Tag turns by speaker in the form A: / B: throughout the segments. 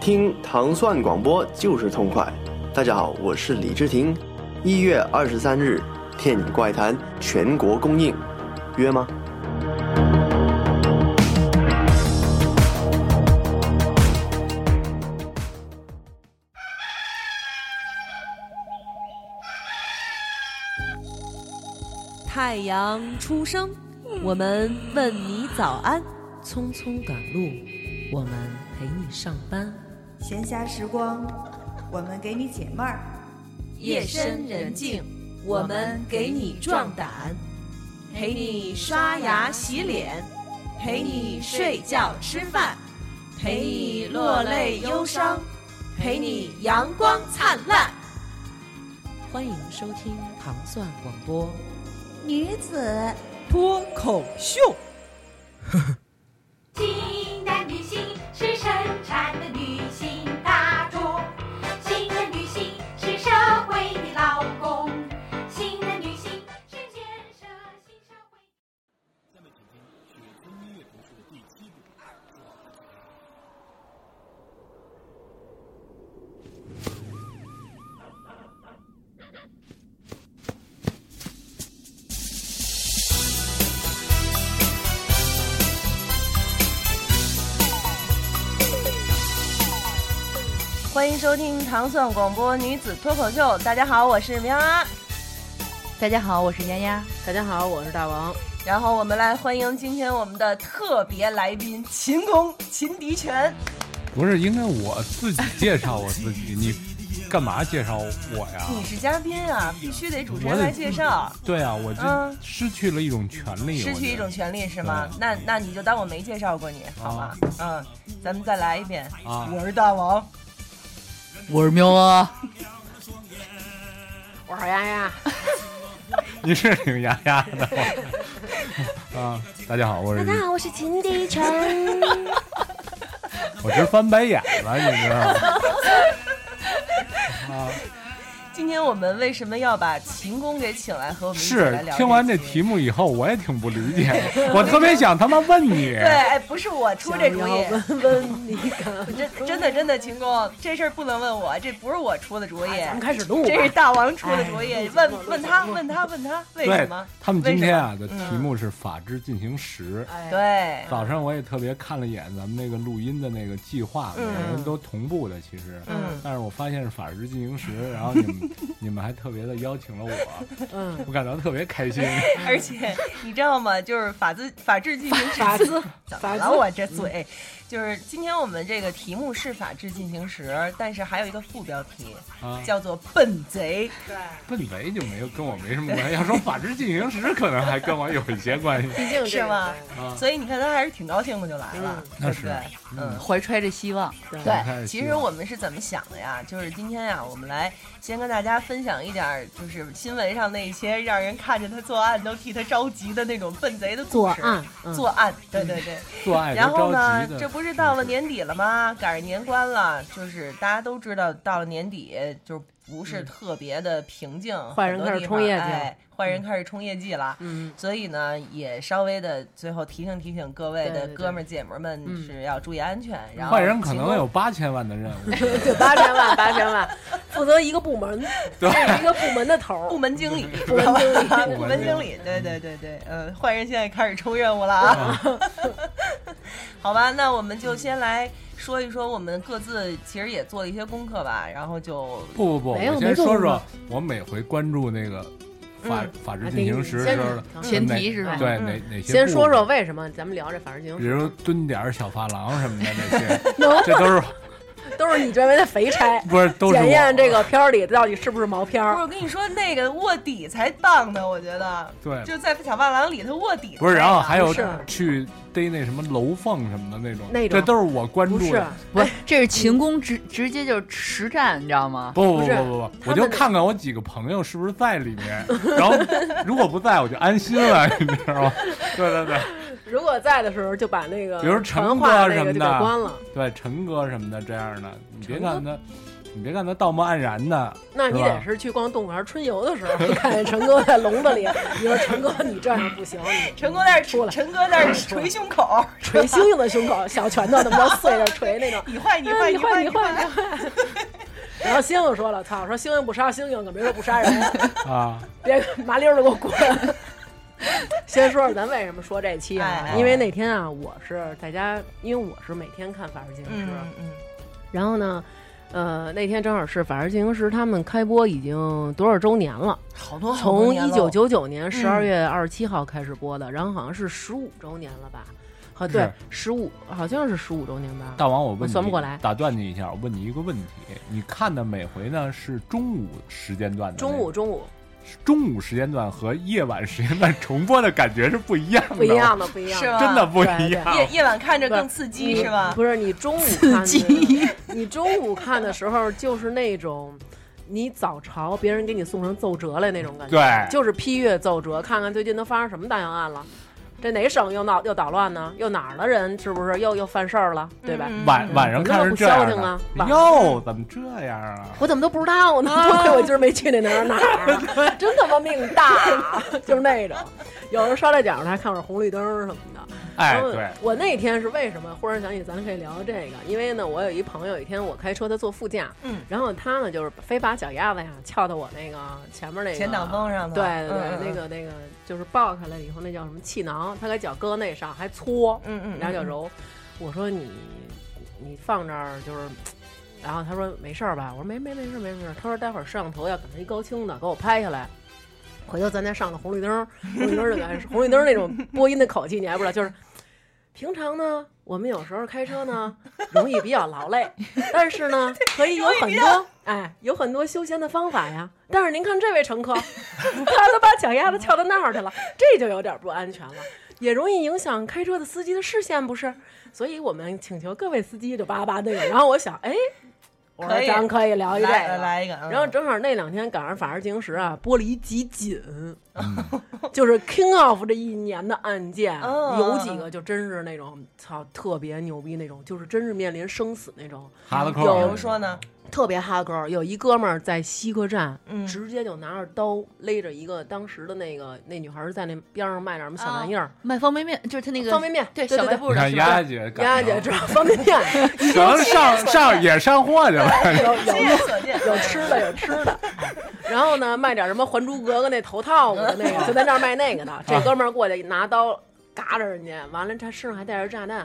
A: 听糖蒜广播就是痛快。大家好，我是李志廷。一月二十三日，《电影怪谈》全国公映，约吗？
B: 太阳初升，我们问你早安。
C: 匆匆赶路，我们陪你上班。
D: 闲暇时光，我们给你解闷儿。
B: 夜深人静，我们给你壮胆，陪你刷牙洗脸，陪你睡觉吃饭，陪你落泪忧伤，陪你阳光灿烂。
C: 欢迎收听糖蒜广播。
D: 女子
B: 脱口秀，
E: 新的旅行是生产的旅行大众，新的旅行是社会的劳工，新的旅行是建设新社会。
F: 欢迎收听糖蒜广播女子脱口秀。大家好，我是苗啊。
G: 大家好，我是丫丫。
C: 大家好，我是大王。
F: 然后我们来欢迎今天我们的特别来宾秦工秦迪全。
H: 不是，应该我自己介绍我 自己，你干嘛介绍我呀？
F: 你是嘉宾啊，必须得主持
H: 我
F: 人
H: 得
F: 来介绍，
H: 对啊，我
F: 嗯
H: 这失去了一种权利，
F: 失
H: 我
F: 去
H: 觉
F: 一种
H: 得
F: 权利是吗？那那你就当我没介绍过你好吗？嗯，咱们再来一遍。嗯
H: 啊，
F: 我是大王，
G: 我是喵啊，
C: 我是丫丫。
H: 你是挺丫丫的吗 啊！大家好，我是
E: 好，我是秦迪晨。
H: 我直翻白眼了，你知道 吗？啊，
F: 今天我们为什么要把秦工给请来和我们一起来
H: 是
F: 聊？
H: 听完这题。目以后，我也挺不理解 的，我特别想他妈问你
F: 对，，哎，不是我出这主
H: 啊
C: 想
F: 意
C: 要，问问你个，
F: 真真的真的，秦工，这事儿不能问我，这不是我出的主意。
C: 哎咱们开始录吧。
F: 这是大王出的主
C: 哎
F: 意，问
C: 录
F: 问他，问他，问他为什
H: 对
F: 么？嗯
H: 他们今天啊
F: 为
H: 的
F: 什么
H: 题目是《法治进行时》。
C: 哎，
F: 对，
H: 早上我也特别看了一眼咱们那个录音的那个计划，每
F: 嗯
H: 个人都同步的，其实。
F: 嗯，
H: 但是我发现是法制进行时，然后你们 你们还特别的邀请了我，
C: 嗯，
H: 我感到特别开 心。
F: 而且你知道吗？就是法治法治进行时，
C: 法子
F: 怎么
C: 法嗯
F: 了？
C: 治
F: 我这嘴，就是今天我们这个题目是法治进行时，但是还有一个副标题
H: 啊，
C: 嗯
F: 叫做笨贼。
H: 笨贼就没有跟我没什么关系，要说法制进行时，可能还跟我有一些 关系
C: 毕竟
F: 是吗
C: 嗯
H: 啊。
F: 所以你看，他还是挺高兴的就来了，
H: 那
F: 对不
H: 是
F: 对？嗯。
G: 怀揣着希望。
H: 我开
F: 对，
H: 始
F: 其
H: 希
F: 实
H: 望
F: 我们是怎么想的呀？就是今天呀，我们来先跟大家分享一点儿，就是新闻上那些让人看着他作案都替他着急的那种笨贼的故
C: 作
F: 事。
C: 案，嗯
F: 作案，对对 对。
H: 做爱
F: 然
H: 都
F: 后
H: 着
F: 呢
H: 急，的。
F: 这不是到了年底了吗？赶上年关了，就是大家都知道，到了年底就不是特别的平静，
C: 嗯坏人
F: 很多
C: 开始
F: 地
C: 冲
F: 方
C: 业绩了
F: 哎，坏人开始冲业绩了。
C: 嗯，
F: 所以呢，也稍微的最后提醒提醒各位
C: 对
F: 的
C: 对对
F: 哥们儿姐们儿们
C: 嗯
F: 是要注意安全。然后
H: 坏人可
F: 勤
H: 能
F: 工
H: 有八千万的 任务，
C: 对，八千万，八千万，负责一个部门，这是一个部门的头
F: 部
C: 儿。
F: 门经理，
C: 部门经理
F: 部门经理，对对对对，嗯，坏人现在开始冲任务了啊。 好吧，那我们就先来说一说我们各自其实也做了一些功课吧，然后就
H: 不不不，
C: 没有
H: 我
C: 没
H: 先
C: 做
H: 说
C: 功
H: 说
C: 课
H: 我每回关注那个法法制
C: 啊
H: 进行
C: 得
H: 时
C: 先
H: 时候的
F: 啊
C: 嗯
G: 前提是吧
H: 对
F: 嗯
H: 哪哪些
C: 先
H: 部
C: 说说
H: 分，
C: 为什么咱们聊这法制进
H: 比
C: 行
H: 如蹲点儿小发廊什么的那些，
C: 能
H: 这都是
C: 都是你认为的肥差，
H: 不是都是
C: 检验
H: 我
C: 这个片儿里到底是不是毛片
F: 不
C: 儿
F: 是。我跟你说那个卧底才棒呢，我觉得
H: 对
F: 就在小发廊里头卧底
H: 不是，然后还有
C: 不是
H: 去逮那什么楼凤什么的那种，
C: 那种
H: 这都是我关
C: 不
H: 注
C: 是，
H: 的。
G: 不是，哎这是秦工直直接就实战，你知道吗？
H: 不不
C: 不是
H: 不不不，
C: 他
H: 我
C: 们
H: 就看看我几个朋友是不是在里面，然后如果不在我就安心了，你知道吗？ 对对对
C: 如果在的时候就把那个
H: 比如陈
C: 传话
H: 哥
C: 那
H: 什么
C: 个
H: 的
C: 就给关了。
H: 对，陈哥什么的这样的，你别看他，你别看他道貌岸然的，
C: 那你
H: 是吧
C: 得是去逛动物园春游的时候， 你看见陈哥在笼子里，你说陈哥你这样不行，你
F: 陈哥那儿
C: 出来
F: 陈哥那儿捶胸口，
C: 捶猩猩的胸口，小拳头那么着碎着捶那种。哎
F: 你坏 你坏
C: 你
F: 坏
C: 你
F: 坏
C: 坏你坏！然后猩猩说了：“操，说猩猩不杀猩猩，可别说不杀人，
H: 啊，
C: 别麻溜的给我滚。” 先说说咱为什么说这期啊
F: 哎？
C: 因为那天啊，我是在家，因为我是每天看《法制进行时》啊
F: 嗯嗯
C: 然后呢，呃，那天正好是《法制进行时》他们开播已经多少周年了？
F: 嗯，好多好多
C: 从
F: 年
C: 一
F: 了
C: 九九九年十二月二十七号开始播的，然后好像是十五周年了吧？好，对，十五好像是十五周年吧？
H: 大王，我问
C: 我
H: 你，
C: 算不过来
H: 打断你一下，我问你一个问题，你看的每回呢是中午时间段的那个，
C: 中午中午
H: 中午时间段和夜晚时间段重播的感觉是不一样的，
C: 不一样的，不一样
F: 是
C: 的。
F: 吗？
H: 真的不一
C: 对
H: 样。
F: 夜夜晚看着更刺
C: 嗯
F: 激是吧？
C: 啊不是你中午看的，你中午看的时候就是那种，你早朝别人给你送上奏折来那种感觉，
H: 对
C: 就是批阅奏折，看看最近都发生什么大洋案了，这哪省又闹又捣乱呢？又哪儿的人是不是又又犯事儿了？对吧？
F: 嗯
H: 晚晚上看是这
C: 你
H: 样
C: 怎么不消
H: 的
C: 停啊晚，
H: 哟，怎么这样啊？
C: 我怎么都不知道呢？多 亏我今儿没去那哪儿哪儿，真他妈命大，啊就是那种。有时候捎带脚的还看会儿红绿灯什么的。
H: 哎，
C: 然后
H: 对，
C: 我那天是为什么忽然想起咱可以聊这个？因为呢，我有一朋友，有一天我开车，他坐副驾，
F: 嗯，
C: 然后他呢就是非把脚丫子呀翘到我那个前面那个
F: 前挡风上的
C: 对对
F: 嗯嗯
C: 对，那个那个就是爆开来以后，那叫什么气囊，他给脚搁那上还搓，
F: 嗯嗯嗯
C: 拿脚揉。我说你你放这儿就是，然后他说没事儿吧？我说没没没事儿没事儿。他说待会儿摄像头要赶上一高清的，给我拍下来。回头咱再上了红绿灯儿，红绿灯儿就感觉红绿灯儿那种播音的口气，你还不知道，就是平常呢，我们有时候开车呢 容易比较劳累，但 是呢可以有很多哎有很多休闲的方法呀。但是您看这位 乘客，他都把脚丫子翘到那儿去了，这就有点不安全了。也容易影响开车的司机的视线，不是？所以我们请求各位司机就叭叭那个。然后我想，哎，我说
F: 可以
C: 咱可以聊一这个，
F: 来来一个，嗯
C: 然后正好那两天赶上《法制进行时》啊，播了一集锦， 就是 King of 这一年的案件，
F: 嗯
C: 有几个就真是那种操特别牛逼那种，就是真是面临生死那种，
H: 哈德克，
C: 有
F: 比如说呢，
C: 特别哈勾。有一哥们儿在西客站，
F: 嗯
C: 直接就拿着刀勒着一个当时的那个那女孩儿在那边上卖点什么小玩意儿，
F: 啊
G: 卖方便面，就是他那个
C: 方便面
G: 对
C: 对
G: 小
C: 对
G: 卖
C: 对
G: 部
H: 你
G: 的
H: 看
G: 是
H: 丫
G: 吧？
H: 姐，
C: 丫姐知道方便面，
H: 可能上上也上货去了，
C: 有有
F: 亲眼所见，
C: 有吃的，有吃的。然后呢，卖点什么《还珠格格》那头套的那个，就在那儿卖那个的。这哥们儿过去拿刀嘎着人家，完了他身上还带着炸弹。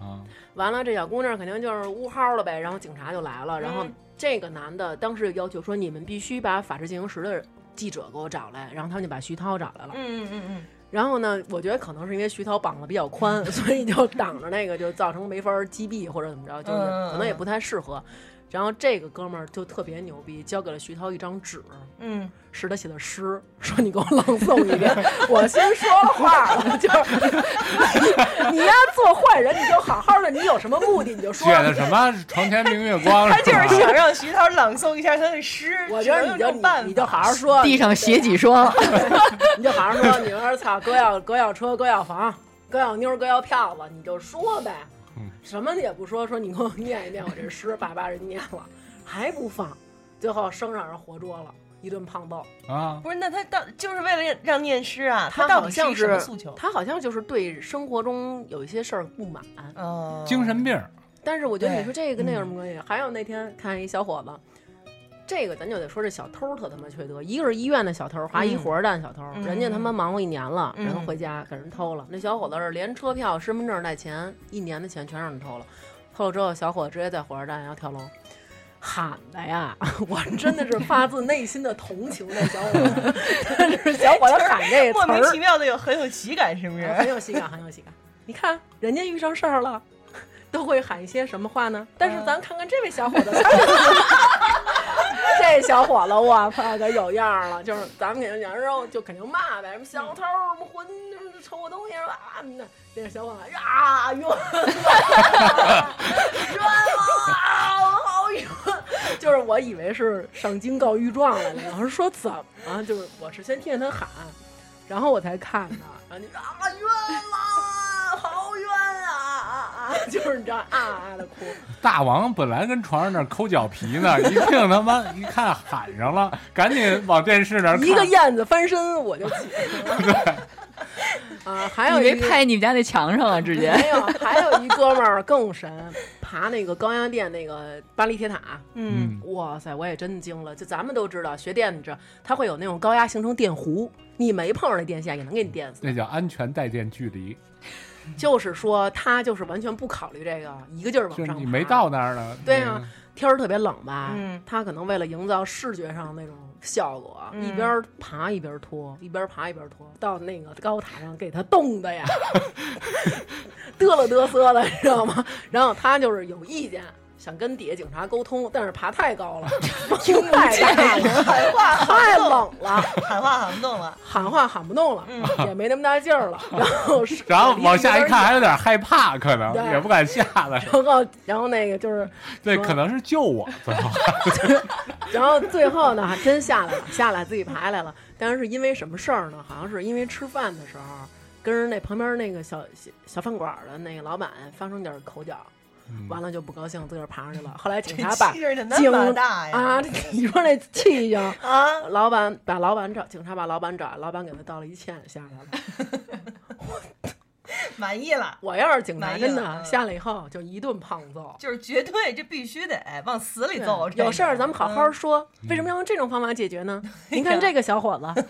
H: 啊，
C: 完了，这小姑娘肯定就是呜嚎了呗。然后警察就来了，然后这个男的当时要求说，你们必须把《法制进行时》的记者给我找来。然后他们就把徐涛找来了。
F: 嗯嗯嗯
C: 然后呢，我觉得可能是因为徐涛膀子比较宽， 所以就挡着那个，就造成没法儿击毙或者怎么着，就是
F: 嗯嗯
C: 可能也不太适合。然后这个哥们儿就特别牛逼，交给了徐涛一张纸，
F: 嗯
C: 是他写的诗，说你给我朗诵 一遍。我先说了话了，就是 你你要做坏人，你就好好的，你有什么目的你就说
H: 写。的什么“床前明月 光”？
F: 嗯，他就是
H: 吧
F: 想让徐涛朗诵一下他的诗，
C: 啊我
F: 只
C: 觉
F: 能用
C: 得你
F: 这
C: 就
F: 种办法
C: 你你就好好说，
G: 地上鞋几 双，
C: 你就好好说，你说操，哥要哥要车，哥要房，哥要妞儿，哥要票子，你就说呗，什么也不说，说你给我念一念我这诗，叭叭人念了，还不放，最后生让人活捉了，一顿胖揍。
H: 啊，
F: 不是，那他到就是为了让让念诗啊？到
C: 好
F: 底
C: 像
F: 一什么诉求？
C: 他好像就是对生活中有一些事儿不满，
F: 嗯，
H: 精神病儿，
C: 但是我觉得
F: 对嗯
C: 你说这个跟那有什么关系？还有那天看一小伙子，这个咱就得说这小偷特他妈缺德，一个是医院的小偷，还一火车站小偷，
F: 嗯
C: 人家他妈忙活一年了，
F: 嗯
C: 然后回家给人偷了。那小伙子是连车票、身份证带钱，一年的钱全让人偷了。偷了之后，小伙子直接在火车站要跳楼。喊的呀！ 我真的是发自内心的同情那小伙 子，但是小伙子喊这
F: 莫
C: 个词
F: 名
C: 儿啊
F: 其，妙的有很有喜感，是不是？
C: 很有喜感，很有喜感。你看人家遇上事儿了， 都会喊一些什么话呢？但是咱看看这位小伙子， 这小伙子，我操，可有样儿了！就是咱们肯定有时候就肯定骂呗，什么小偷儿、什么混，什么偷我东西啊，那那个小伙子啊，冤了，冤了，我好冤！啊就是我以为是上京告御状来了，我是说怎么了？就是我是先听见他喊，然后我 才看的，然后你说啊冤了，好冤啊啊啊！就是就是你知道啊啊的 哭，
H: 大王本来跟床上那儿抠脚皮 呢，一听他妈一看喊上了，赶紧往电视那儿看。
C: 一个燕子翻身我就起 来了。啊，还有
G: 以为
C: 一
G: 拍你们家那墙上了，啊直接
C: 没有，还有一哥们儿更神，爬那个高压电那个巴黎铁塔，
F: 嗯，
H: 嗯，
C: 哇塞，我也真惊了。就咱们都知道，学电你知道，它会有那种高压形成电弧，你没碰上那电线也能给你电死。
H: 那叫安全带电距离，
C: 就是说，他就是完全不考虑这个，一个劲儿往
H: 就
C: 上
H: 是
C: 爬。
H: 你没到那儿呢。嗯
C: 对啊，天儿特别冷吧？
F: 嗯
C: 他可能为了营造视觉上那种效果，
F: 嗯
C: 一边儿爬一边儿拖，一边儿爬一边儿拖，到那个高塔上给他冻的呀， 嘚了嘚瑟的，你知道吗？然后他就是有意见。想跟底下警察沟通，但是爬太 高了，听不太大了，
F: 喊话
C: 太冷了，
F: 喊话喊不动 了，
C: 喊话喊不动了，
F: 嗯
C: 也没那么大劲儿了。然后是，
H: 然后往下一看，还有点害怕，可能
C: 对
H: 也不敢下来。
C: 然后然后那个就是
H: 对，可能是救我，最 后
C: 然后最后呢，还真下来了，下来自己爬下来了。但是是因为什么事儿呢？好像是因为吃饭的时候，跟人那旁边那个小小小饭馆的那个老板发生点口角，完了就不高兴，自个儿爬上去了。后来警察把
F: 气势得那
C: 警
F: 么大呀！
C: 啊，你说那气性，
F: 啊，
C: 老板把老板找，警察把老板找，老板给他道了一歉，下来了。
F: 满意了，
C: 我要是警察，
F: 满意
C: 真
F: 了
C: 的
F: 嗯
C: 下来以后就一顿胖揍。
F: 就是绝对，这必须得往死里揍。这个嗯
C: 有事儿咱们好好说，为什么要用这种方法 解决呢？您看这个小伙子，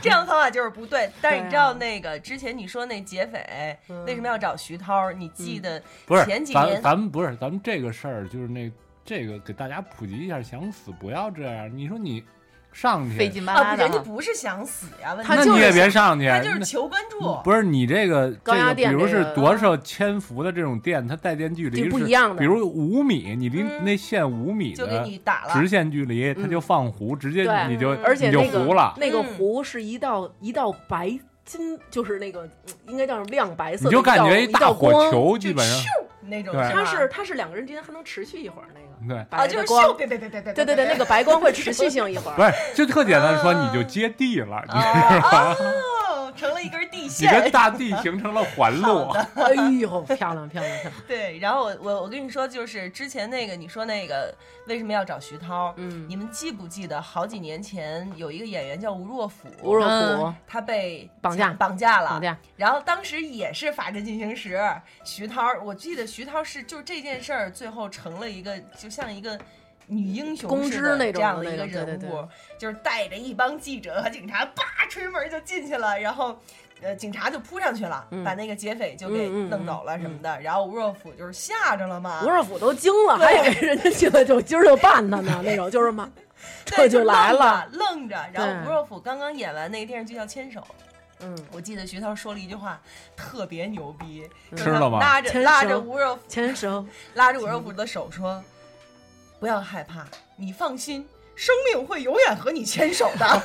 F: 这样的方法就是不对。但
C: 对
F: 是
C: 啊嗯
F: 你知道那个之前你说那劫匪为什么要找徐涛？你记得
H: 不是
F: 前几
H: 咱
F: 年
H: 咱们不是咱们这个事儿，就是那这个给大家普及一下，想死不要这样。你说你上
G: 费
H: 去，
G: 劲巴
F: 啊，
G: 巴
F: 不人家
G: 的。
F: 不是想死呀，问题
C: 他
H: 那
C: 就
H: 你
C: 是
H: 也别上去，
F: 他就是
H: 那
F: 求关注，
H: 不是你这个
C: 高
H: 这
C: 压
H: 个，比
C: 电
H: 如
C: 这
H: 是
C: 个
H: 多少千伏的这种电，它带电距离
C: 这
H: 是
C: 不一样的
H: 比如五米，你离
F: 嗯
H: 那线五米
F: 就给
H: 的
F: 你打了。
H: 直线距离，它就放弧，直接
C: 对
H: 你就
C: 而且
H: 你就
C: 那个
H: 糊了，
C: 那个
F: 嗯
C: 湖是一道一道白金，就是那个嗯应该叫什么亮白色的
H: 你
C: 一道，
H: 就感觉
C: 一
H: 大
C: 道
H: 火
C: 光。
H: 球，基本上
F: 那种，
H: 对
C: 它
F: 吧
C: 是它是两个人之间还能持续一会儿那个
H: 对。
C: 白
F: 啊，
C: 的
F: 就是
C: 光
F: 秀，别别别别 别，
C: 对对对，那个白光会持续性一会
H: 不
C: 儿。
H: 是，就特简单地说，你就接地
C: 啊
H: 了，你
F: 哦，成了一根地
H: 你跟
F: 线。
H: 大地形成了环路，
C: 哎呦，漂亮漂亮漂亮！
F: 对，然后我我我跟你说，就是之前那个你说那个为什么要找徐涛？
C: 嗯，
F: 你们记不记得好几年前有一个演员叫吴若甫，
C: 吴若甫
G: 嗯
F: 他被
C: 绑架
F: 绑架了，
C: 绑架。
F: 然后当时也是《法制进行时》，徐涛，我记得徐涛是就这件事儿，最后成了一个就像一个女英雄
C: 公
F: 似
C: 知
F: 的
C: 那
F: 这
C: 种
F: 样的
C: 那
F: 一个
C: 种
F: 人物，
C: 对对对
F: 就是带着一帮记者和警察，叭推门就进去了，然后。呃，警察就扑上去了，把那个劫匪就给
C: 嗯嗯嗯嗯
F: 弄走了什么的。然后吴若甫就是吓着了嘛，
C: 吴若甫都惊了，还以为人家进来就今儿就办他呢，那种就是嘛， 这
F: 对，
C: 就来了。
F: 愣着。然后
C: 对
F: 吴若甫刚刚演完那个电视剧叫《牵手》，
C: 嗯，
F: 我记得徐涛说了一句话特别牛逼，就是
H: 吃了吗
F: 拉着
C: 牵
F: 拉着
C: 手
F: 吴若甫
C: 牵手，
F: 拉着我肉骨的手说：“不要害怕，你放心，生命会永远和你牵手 的。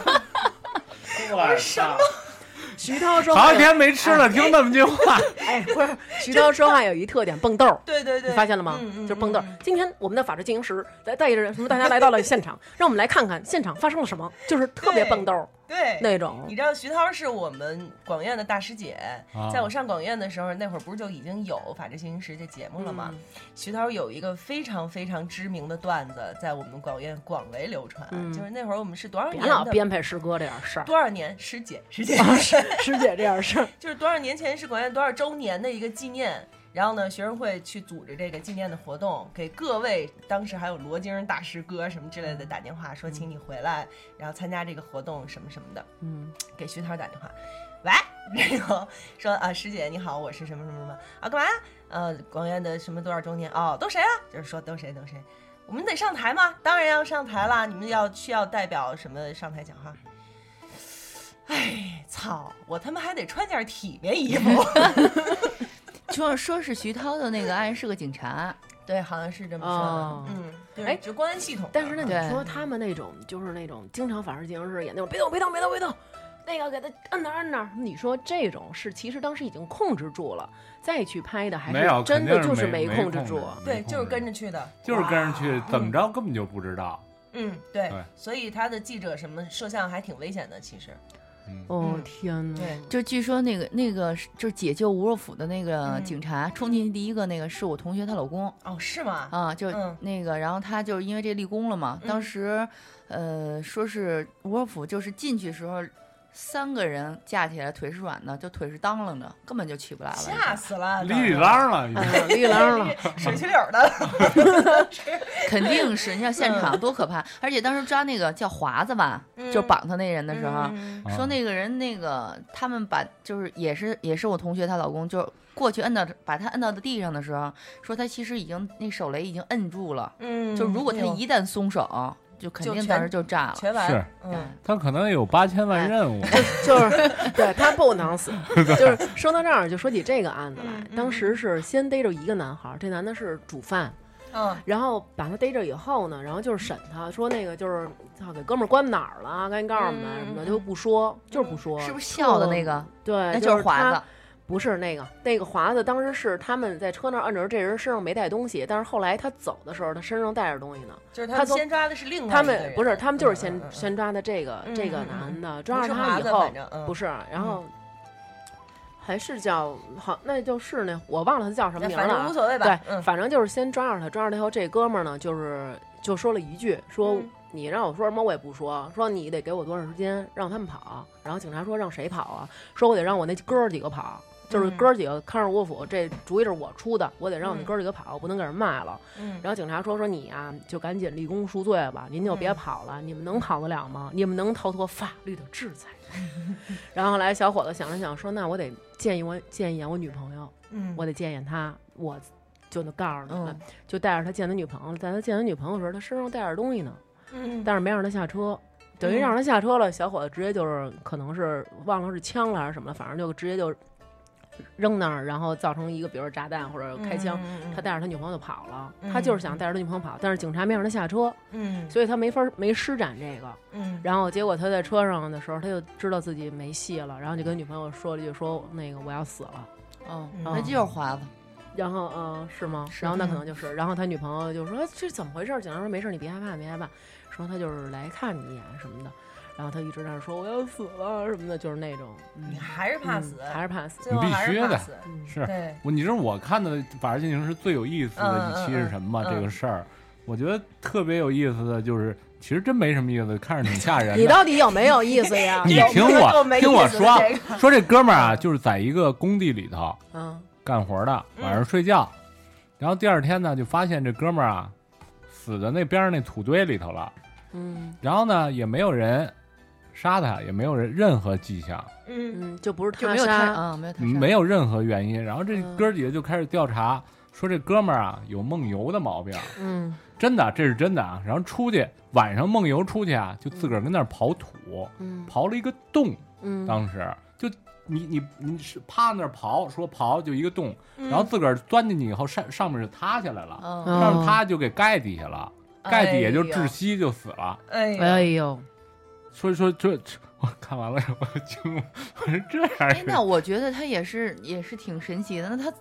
C: 徐涛说
H: 好
C: 话
H: 几
C: 有，
H: 天没吃了，听那么句话，
C: 哎，不是，徐涛说话有一特点，蹦豆儿”。
F: 对对对，
C: 你发现了吗？
F: 嗯嗯，
C: 就是蹦
F: 豆
C: 豆儿。今天我们的法制进行时，来带着什么？大家来到了现场，让我们来看看现场发生了什么，就是特别
F: 对
C: 蹦豆儿
F: 对，
C: 那种
F: 你。知道徐涛是我们广院的大师姐，
H: 啊
F: 在我上广院的时候，那会儿不是就已经有《法制进行时》这节目了吗？
C: 嗯
F: 徐涛有一个非常非常知名的段子，在我们广院广为流传，就是那会儿我们是多少
C: 嗯别啊
F: 年
C: 老
F: 的
C: 编排师哥这点事儿，
F: 多少年 师姐师 姐
C: 师姐这点 事儿，
F: 就是多少年前是广院多少周年的一个纪念，然后呢，学生会去组织这个纪念的活动，给各位当时还有罗京大师哥什么之类的打电话说，请你回来，然后参加这个活动什么什么的。
C: 嗯，
F: 给徐涛打电话，喂，然后说啊，师姐你好，我是什么什么什么啊，干嘛呀？呃，广院的什么多少周年哦，都谁啊？就是说都谁都谁，我们得上台吗？当然要上台啦，你们要需要代表什么上台讲话？哎，操！我他妈还得穿件体面衣 服。
G: 就是说是徐涛的那个哎爱人是个警察，
F: 对，好像是这么说的。
C: 哦
F: 嗯，就是
C: 哎
F: 就公安系统嘛。
C: 但是那你
G: 对
C: 说他们那种，就是那种经常法制进行时演那种，别动别动别动别动，那个给他摁那儿摁那儿。你说这种是其实当时已经控制住了，再去拍的还
H: 没有，
C: 是哎真
H: 肯
C: 的
H: 定
C: 就是没控制住。啊
F: 对，就是跟
H: 着，
F: 着嗯去的。
H: 就是跟着去，怎么着根本就不知道。
F: 嗯，对
H: 对
F: 所以他的记者什么摄像还挺危险的，其实。
H: 嗯，
C: 哦
F: 嗯
C: 天哪！
F: 对，
G: 就据说那个那个是就是解救吴若甫的那个
F: 嗯
G: 警察，冲进去第一个那个是我同学她老公
F: 哦，是吗？
G: 啊，就
F: 嗯
G: 那个，然后他就是因为这立功了嘛，
F: 嗯
G: 当时呃说是吴若甫就是进去时候。三个人架起来，腿是软的，就腿是当啷着，根本就起不来了。
F: 吓死了，
H: 里里拉了已经，
F: 嗯
C: 哎呀， 立浪了，
F: 水去柳儿的，
G: 肯 定是，你像现场多可怕！而且当时抓那个叫华子吧，
F: 嗯
G: 就绑他那人的时候，
F: 嗯
H: 啊
G: 说那个人那个他们把就是也是也是我同学她老公，就过去摁到把她摁到地上的时候，说他其实已经那手雷已经摁住了，
F: 嗯，
G: 就如果他
F: 哎呦
G: 一旦松手，就肯
F: 就
G: 定
F: 全
G: 当时就炸了。
F: 全完，
H: 是
F: 嗯，
H: 他可能有八千
F: 哎
H: 万 任务，
C: 就是对他不能死，就是说到这儿就说起这个案子
F: 嗯嗯
C: 来，
F: 嗯
C: 当时是先逮着一个男孩儿，这男的是主犯，
F: 嗯，
C: 然后把他逮着以后呢，然后就是审他，说那个就是操给哥们儿关哪儿了，赶紧告诉我们
F: 嗯嗯
C: 什么
F: 嗯
C: 的，就不说，就是不说，
G: 是不是笑的那个？
C: 对，
G: 那
C: 就是
G: 华
C: 他
G: 子，
C: 不是那个，那个华子当时是他们在车那儿摁着，这人身上没带东西，但是后来他走的时候，他身上带着东西呢。
F: 就是
C: 他
F: 们
C: 从
F: 先抓的是另外
C: 他
F: 一个
C: 们
F: 人
C: 不是，他们就是先、
F: 嗯嗯嗯嗯
C: 先抓的这个、
F: 嗯
C: 这个
F: 嗯嗯
C: 男的，
F: 不
C: 抓
F: 是
C: 着
F: 华
C: 他以
F: 子
C: 后
F: 反，正嗯
C: 不是，然后、还是叫好，那就是那我忘了他叫什么名
F: 哎反
C: 了
F: 正
C: 啊
F: 无。所谓吧，
C: 对，
F: 嗯，
C: 反正就是先抓着他，抓着他以后，这哥们儿呢，就是就说了一句，说、
F: 嗯
C: 你让我说什么我也不说，说你得给我多长时间让他们跑。然后警察说让谁跑啊？说我得让我那哥儿几个跑，就是
F: 嗯
C: 哥儿几个看着我府，这主意是我出的，我得让我
F: 嗯
C: 那哥儿几个跑，我不能给人卖了。
F: 嗯，
C: 然后警察说说你啊，就赶紧立功赎罪吧，您就别
F: 嗯
C: 跑了，你们能跑得了吗？你们能逃脱法律的制裁吗？ 然后后来小伙子想了想说，那我得见一我见一眼我女朋友，
F: 嗯，哦
C: 我得见一眼她，我就能告诉你们，
G: 嗯
C: 就带着他见他女朋友，在他见他女朋友的时候，他身上带着东西呢，
F: 嗯，
C: 但是没让他下车。等于
F: 嗯
C: 让他下车了，小伙子直接就是可能是忘了是枪了还是什么了，反正就直接就扔那儿，然后造成一个比如说炸弹或者开枪，
F: 嗯，嗯
C: 他带着他女朋友就跑了，
F: 嗯
C: 他就是想带着他女朋友跑，但是警察没让他下车，
F: 嗯
C: 所以他没法没施展这个。
F: 嗯，
C: 然后结果他在车上的时候，他就知道自己没戏了，然后就跟女朋友说了一句说那个我要死了。
G: 嗯，
F: 嗯
G: 那就是华子。
C: 然后嗯、呃是吗？
G: 是
C: 然后那可能就是，然后他女朋友就说这怎么回事儿？警察说没事儿，你别害怕，别害怕，说他就是来看你一眼什么的。然后他一直在那儿说我要死了什么的，就是那种
G: 嗯
F: 你还是怕死
C: 嗯，还是怕死。
F: 最后还是
H: 你必须
F: 怕
H: 的
F: 死，
C: 嗯
H: 是
F: 对，哎
H: 我你知道我看的《法制进行时》最有意思的一期是什么吗？
F: 嗯嗯嗯
H: 这个事儿，我觉得特别有意思的就是，其实真没什么意思，看着挺吓人
C: 你
H: 的。
C: 到底有没有意 思呀？
H: 你
F: 有
H: 听
F: 这够
H: 我
F: 没
H: 听
F: 意
H: 我
F: 思的
H: 说
F: 这
H: 说这哥们儿啊，就是在一个工地里头
C: 嗯，
H: 干活的，
F: 嗯
H: 晚上睡觉，然后第二天呢，就发现这哥们儿啊死在那边上那土堆里头了，
C: 嗯
H: 然后呢也没有人杀他，也没有人任何迹象，
F: 嗯
C: 嗯，就不是
G: 就
C: 他
G: 没有他
C: 杀，
G: 啊，没有他杀，
H: 嗯没有任何原因。然后这
C: 嗯
H: 哥儿几个就开始调查，说这哥们儿啊有梦游的 毛病。
C: 嗯
H: 真的，这是真的啊。然后出去晚上梦游出去啊，就自个儿跟那儿刨土，
C: 嗯
H: 刨了一个洞。
C: 嗯，
H: 当时就你你你是趴那儿刨，说刨就一个洞，
F: 嗯
H: 然后自个儿钻进去以后，上上面就塌下来了，
G: 嗯，
C: 嗯
H: 上面塌就给盖底下了，盖底下就窒息就死了。
F: 哎呦，
C: 哎呦，
H: 所以说这 这我看完了以后我惊了， 我说这
G: 哎，那
H: 样
G: 我觉得他也是也是挺神奇的。那他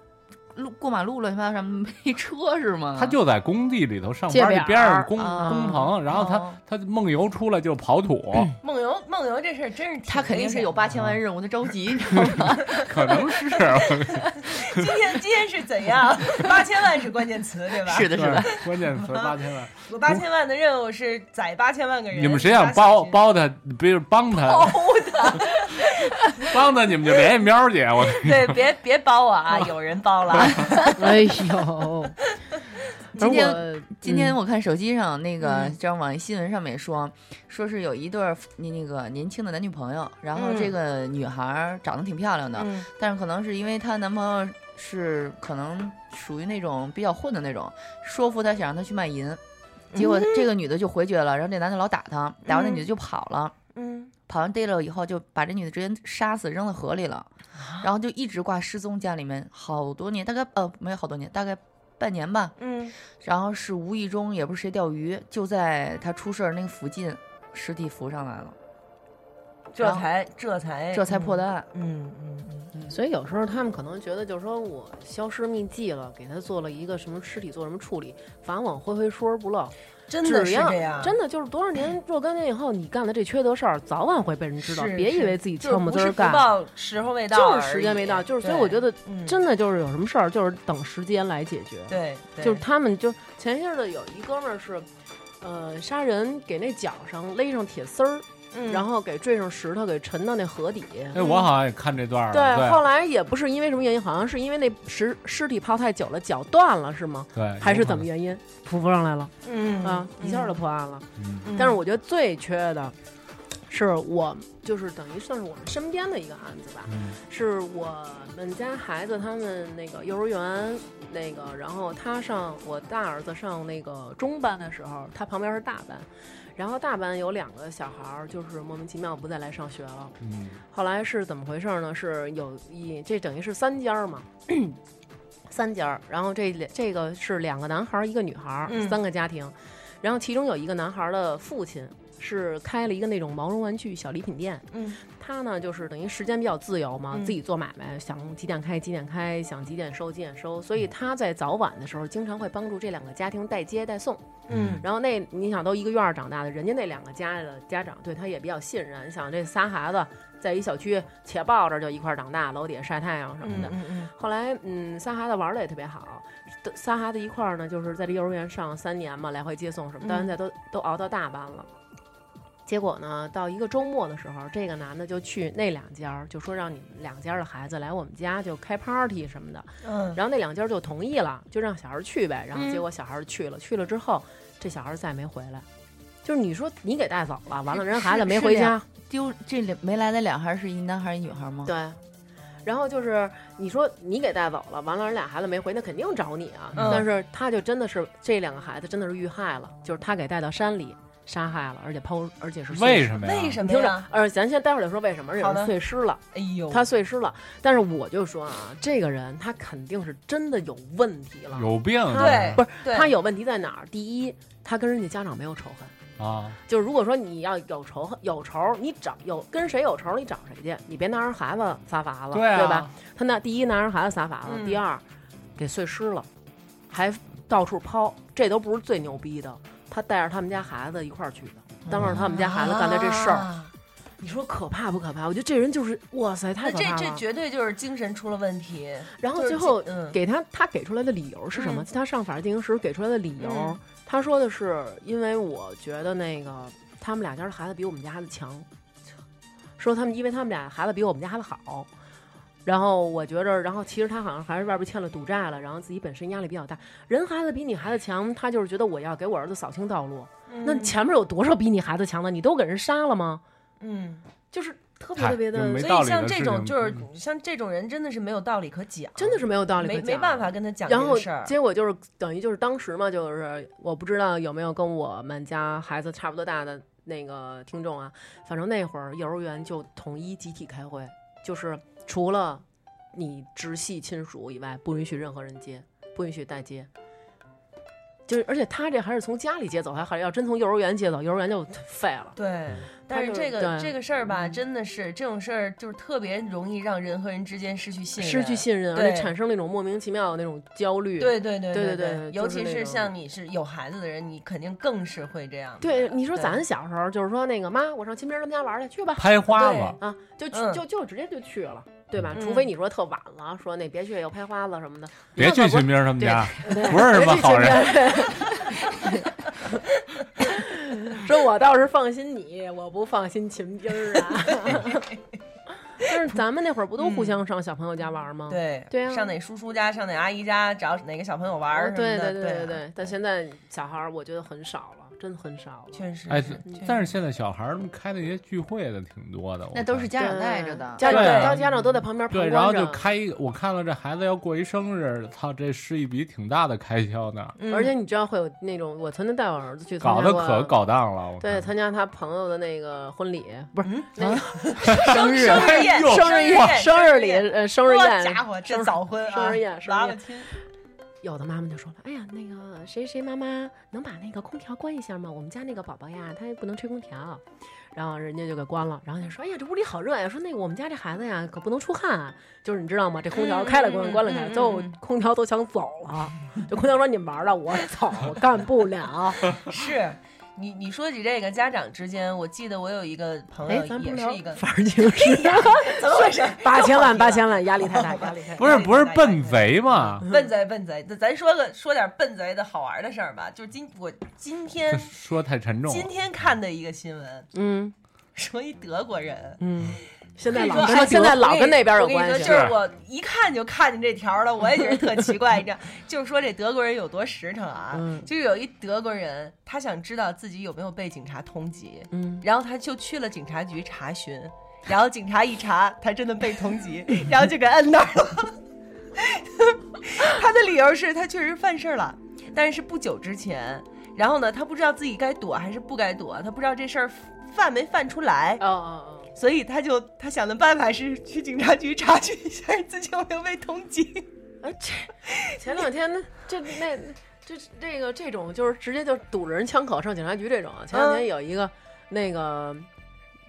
G: 路过马路乱七八糟什么没车是吗？
H: 他就在工地里头上
C: 借
H: 班，
C: 点
H: 那
C: 儿
H: 边上工
G: 啊
H: 工棚，然后他
G: 哦
H: 他梦游出来就刨土，
F: 梦游梦游这事儿真是挺
G: 他肯定是有
F: 危
G: 八千万任务，他着急，你知道吗？
H: 可能是我
F: 险的。今天今天是怎样？八千万是关键词对吧？
G: 是的，是 的。
H: 对关键词八千万。
F: 我八千万的任务是宰八千万个人。
H: 你们谁想包包他，不是帮他， 帮他，你们就联系喵姐，我
F: 对，别别包我啊，有人包了。
H: 嗯
C: 哎 呦，
G: 今天
C: 而我
G: 今天我看手机上那个，
F: 嗯
G: 这网易新闻上面也说，说是有一对儿那那个年轻的男女朋友，然后
F: 嗯
G: 这个女孩儿长得挺漂亮的，
F: 嗯
G: 但是可能是因为她男朋友是可能属于那种比较混的那种，说服她想让她去卖淫，结果这个女的就回绝了，然后这男的老打她，打完那
F: 嗯
G: 女的就跑了。
F: 嗯，
G: 跑完逮着以后，就把这女的直接杀死，扔到河里了，然后就一直挂失踪，家里面好多年，大概呃没有好多年，大概半年吧。
F: 嗯
G: 然后是无意中，也不是谁钓鱼，就在他出事儿那个附近，尸体浮上来了。
F: 这
G: 然后
F: 才这才
G: 这才破的，案。
F: 嗯嗯嗯嗯
C: 所以有时候他们可能觉得，就是说我消失秘技了，给他做了一个什么尸体做什么处理，法网恢恢，疏而不漏。
F: 嗯，真的
C: 只
F: 是
C: 要
F: 这样，
C: 真的就是多少 年若干年以后，你干的这缺德事儿，早晚会被人知道。
F: 是
C: 别以
F: 是
C: 为自己
F: 就是
C: 悄没
F: 不
C: 滋
F: 是
C: 儿
F: 不
C: 干，
F: 报时候未到而已，
C: 就
F: 嗯
C: 是时间没到，就是所以我觉
F: 得
C: 得真
F: 的
C: 的就是有什么事儿，就是等时间来解决。
F: 对，对
C: 就是他们就前些日子有一哥们儿是，呃，杀人给那脚上勒上铁丝儿，
F: 嗯
C: 然后给坠上石头，给沉到那河底。
H: 哎，我好像也看这段儿了，
C: 对，后
H: 对
C: 来也不是因为什么原因，好像是因为那尸尸体泡太久了，脚断了是吗？
H: 对，
C: 还是怎么原因？匍匐上来了
F: 嗯
C: 啊，一下就
F: 嗯
C: 破案了。
H: 嗯？
F: 嗯
C: 但是我觉得最缺的，是我就是等于算是我们身边的一个案子吧，
H: 嗯
C: 是我们家孩子他们那个幼儿园那个，然后他上我大儿子上那个中班的时候，他旁边是大班，然后大班有两个小孩儿就是莫名其妙不再来上学了。
H: 嗯
C: 后来是怎么回事呢？是有一这等于是三家儿嘛，三家儿，然后这两这个是两个男孩儿一个女孩儿，
F: 嗯
C: 三个家庭，然后其中有一个男孩儿的父亲是开了一个那种毛绒玩具小礼品店，
F: 嗯
C: 他呢就是等于时间比较自由嘛，
F: 嗯
C: 自己做买卖，想几点开几点开，想几点收几点
F: 嗯
C: 收，所以他在早晚的时候经常会帮助这两个家庭代接代送。
F: 嗯
C: 然后那你想都一个院儿长大的，人家那两个家的家长对他也比较信任，你想这仨孩子在一小区且抱着就一块儿长大，楼底下晒太阳什么
F: 嗯
C: 的。
F: 嗯嗯
C: 后来嗯，仨孩子玩的也特别好，都仨孩子一块儿呢，就是在这幼儿园上三年嘛，来回接送什么，到
F: 嗯
C: 现在都、都熬到大班了。结果呢，到一个周末的时候，这个男的就去那两家儿，就说让你们两家儿的孩子来我们家就开 party 什么的。
F: 嗯，
C: 然后那两家儿就同意了，就让小孩儿去呗。然后
F: 嗯
C: 结果小孩儿去了，去了之后，这小孩儿再也没回来。就是你说你给带走了，完了人孩子没回家，
G: 丢这里没来的俩孩儿是一男孩儿一女孩儿吗？
C: 对。然后就是你说你给带走了，完了人俩孩子没回，那肯定找你啊。
F: 嗯
C: 但是他就真的是这两个孩子真的是遇害了，就是他给带到山里杀害了，而且抛，而且是碎
H: 为
C: 尸
H: 什么呀？
F: 为什
C: 你
F: 么
C: 听着
F: 呀？，
C: 呃，咱先待会儿再说为什么，而
F: 好
C: 且
F: 的
C: 是碎尸了。
F: 哎呦，
C: 他碎尸了，但是我就说啊，这个人他肯定是真的有问题了。
H: 有病？啊
F: 对
C: 不是
F: 对
C: 他有问题在哪儿？第一，他跟人家家长没有仇恨。
H: 啊，
C: 就是如果说你要有仇恨，有仇，你找有跟谁有仇，你找谁去，你别拿人孩子撒法了，对
H: 啊，
C: 吧？？他那第一拿人孩子撒法了，
F: 嗯
C: 第二给碎尸了，还到处抛，这都不是最牛逼的。他带着他们家孩子一块儿去的，当着他们家孩子干的这事儿，
F: 啊
C: 你说可怕不可怕？我觉得这人就是哇塞，
F: 那
C: 太可
F: 这
C: 怕了。
F: 这绝对就是精神出了问题。
C: 然后
F: 就是
C: 最后
F: 这嗯
C: 给他他给出来的理由是什么？
F: 嗯
C: 他上法制进行时给出来的理由，
F: 嗯
C: 他说的是因为我觉得那个他们俩家的孩子比我们家孩子强，说他们因为他们俩孩子比我们家孩子好。然后我觉着，然后其实他好像还是外边欠了赌债了，然后自己本身压力比较大。人孩子比你孩子强，他就是觉得我要给我儿子扫清道路。嗯那前面有多少比你孩子强的，你都给人杀了吗？
F: 嗯，
C: 就是特别
H: 嗨
C: 特别
H: 就没
C: 的，
F: 所
H: 道
F: 以
H: 理
F: 像
H: 的
F: 这
H: 事
F: 种
H: 情
F: 就是
H: 嗯
F: 像这种人真的是没有道理可讲，
C: 真的是没有道理可
F: 没
C: 讲。
F: 没办法跟他讲这
C: 然后
F: 个事儿。
C: 结果就是等于就是当时嘛，就是我不知道有没有跟我们家孩子差不多大的那个听众啊，反正那会儿幼儿园就统一集体开会，就是除了你直系亲属以外，不允许任何人接，不允许代接。就是，而且他这还是从家里接走，还还要真从幼儿园接走，幼儿园就废了。
F: 对，但是
C: 就
F: 这个
C: 对嗯
F: 这个事儿吧，真的是这种事儿，就是特别容易让人和人之间失去信任，
C: 失去信任，而
F: 对
C: 且产生那种莫名其妙的那种焦虑。
F: 对对对
C: 对
F: 对
C: 对对
F: 尤
C: 就是
F: 其
C: 那
F: 是
C: 种
F: 像你是有孩子的人，你肯定更是会这样的。
C: 对，你说
F: 对
C: 咱小时候就是说那个妈，我上亲别人他们家玩去，去吧，
H: 拍花子，
C: 啊，就去、
F: 嗯
C: 就就直接就去了，对吧？
F: 嗯
C: 除非你说特晚了，说那别去，又拍花子什么的，
H: 别去
C: 群
H: 秦兵他们
C: 对
H: 家，不是什么好人。
C: 说我倒是放心你，我不放心秦兵儿啊。 但是咱们那会儿不都互相上小朋友家玩吗？
F: 嗯对
C: 对啊
F: 上哪叔叔家，上哪阿姨家，找哪个小朋友玩儿
C: 哦
F: 什么
C: 对
F: 的。对
C: 对对
F: 啊
C: 对。但现在小孩儿我觉得很少了，真的很少了。
F: 确实
H: 哎
F: 是，确，
H: 但
F: 实
H: 是现在小孩儿他们开那些聚会的挺多的，我
G: 那都是
H: 看
G: 家长带着的。
C: 家长
H: 对啊
C: 家家长都在旁边旁
H: 对，
C: 观
H: 然后就
C: 着
H: 开一个，我看了这孩子要过一生日，操，这是一笔挺大的开销呢，
F: 嗯
C: 而且你知道会有那种，我曾经带我儿子去参
H: 搞
C: 加
H: 得
C: 过
H: 可搞当了。我
C: 对，
H: 看
C: 参加他朋友的那个婚礼，不是、
F: 嗯
C: 那个
F: 生日生日宴
H: 哎呦
C: 生日宴，生日礼，
F: 宴
C: 呃，生日宴，
F: 好家伙，
C: 生
F: 这
C: 日
F: 早婚啊！
C: 生日宴生日
F: 拉
C: 宴
F: 了亲，
C: 有的妈妈就说了：“哎呀，那个谁谁妈妈能把那个空调关一下吗？我们家那个宝宝呀，他不能吹空调。”然后人家就给关了。然后就说：“哎呀，这屋里好热呀！”说那个我们家这孩子呀，可不能出汗啊。就是你知道吗？这空调开了
F: 嗯
C: 关，关了开，最后空调都想走了。就空调说：“你们玩了，我走，我干不 了。
F: 是你你说起这个家长之间，我记得我有一个”朋
C: 哎
F: 友，
C: 咱不
F: 也
C: 聊
F: 是一个哎
C: 反正就是
F: 怎么回事？
C: 八千万，八千万，压力 太大，压力太大。
H: 不是不是
C: 哎
H: 笨贼嘛？
F: 笨贼笨贼，那咱说个说点笨贼的好玩的事儿吧。就是今我今
H: 这
F: 天
H: 说太沉 重啊
F: 今
H: 了。
F: 天看的一个新闻，
C: 嗯
F: 说一德国人。
C: 嗯，现在
F: 可以
C: 老
F: 说
C: 跟现在老跟那边有
F: 我
C: 关
F: 跟你
C: 系
F: 说，
C: 了。
F: 就是我一看就看见这条了，我也觉得特奇怪。你知道，就是说这德国人有多实诚啊？
C: 嗯
F: 就是有一德国人，他想知道自己有没有被警察通缉，
C: 嗯，
F: 然后他就去了警察局查询，然后警察一查，他真的被通缉，然后就给摁那儿了。 他的理由是他确实犯事儿了，但是不久之前，然后呢，他不知道自己该躲还是不该躲，他不知道这事儿犯没犯出来，
C: 哦哦哦，
F: 所以他就他想的办法是去警察局查询一下自己有没有被通缉。
C: 哎，这前两天那这那这这个这种就是直接就堵着人枪口上警察局这种啊，前两天有一个、那个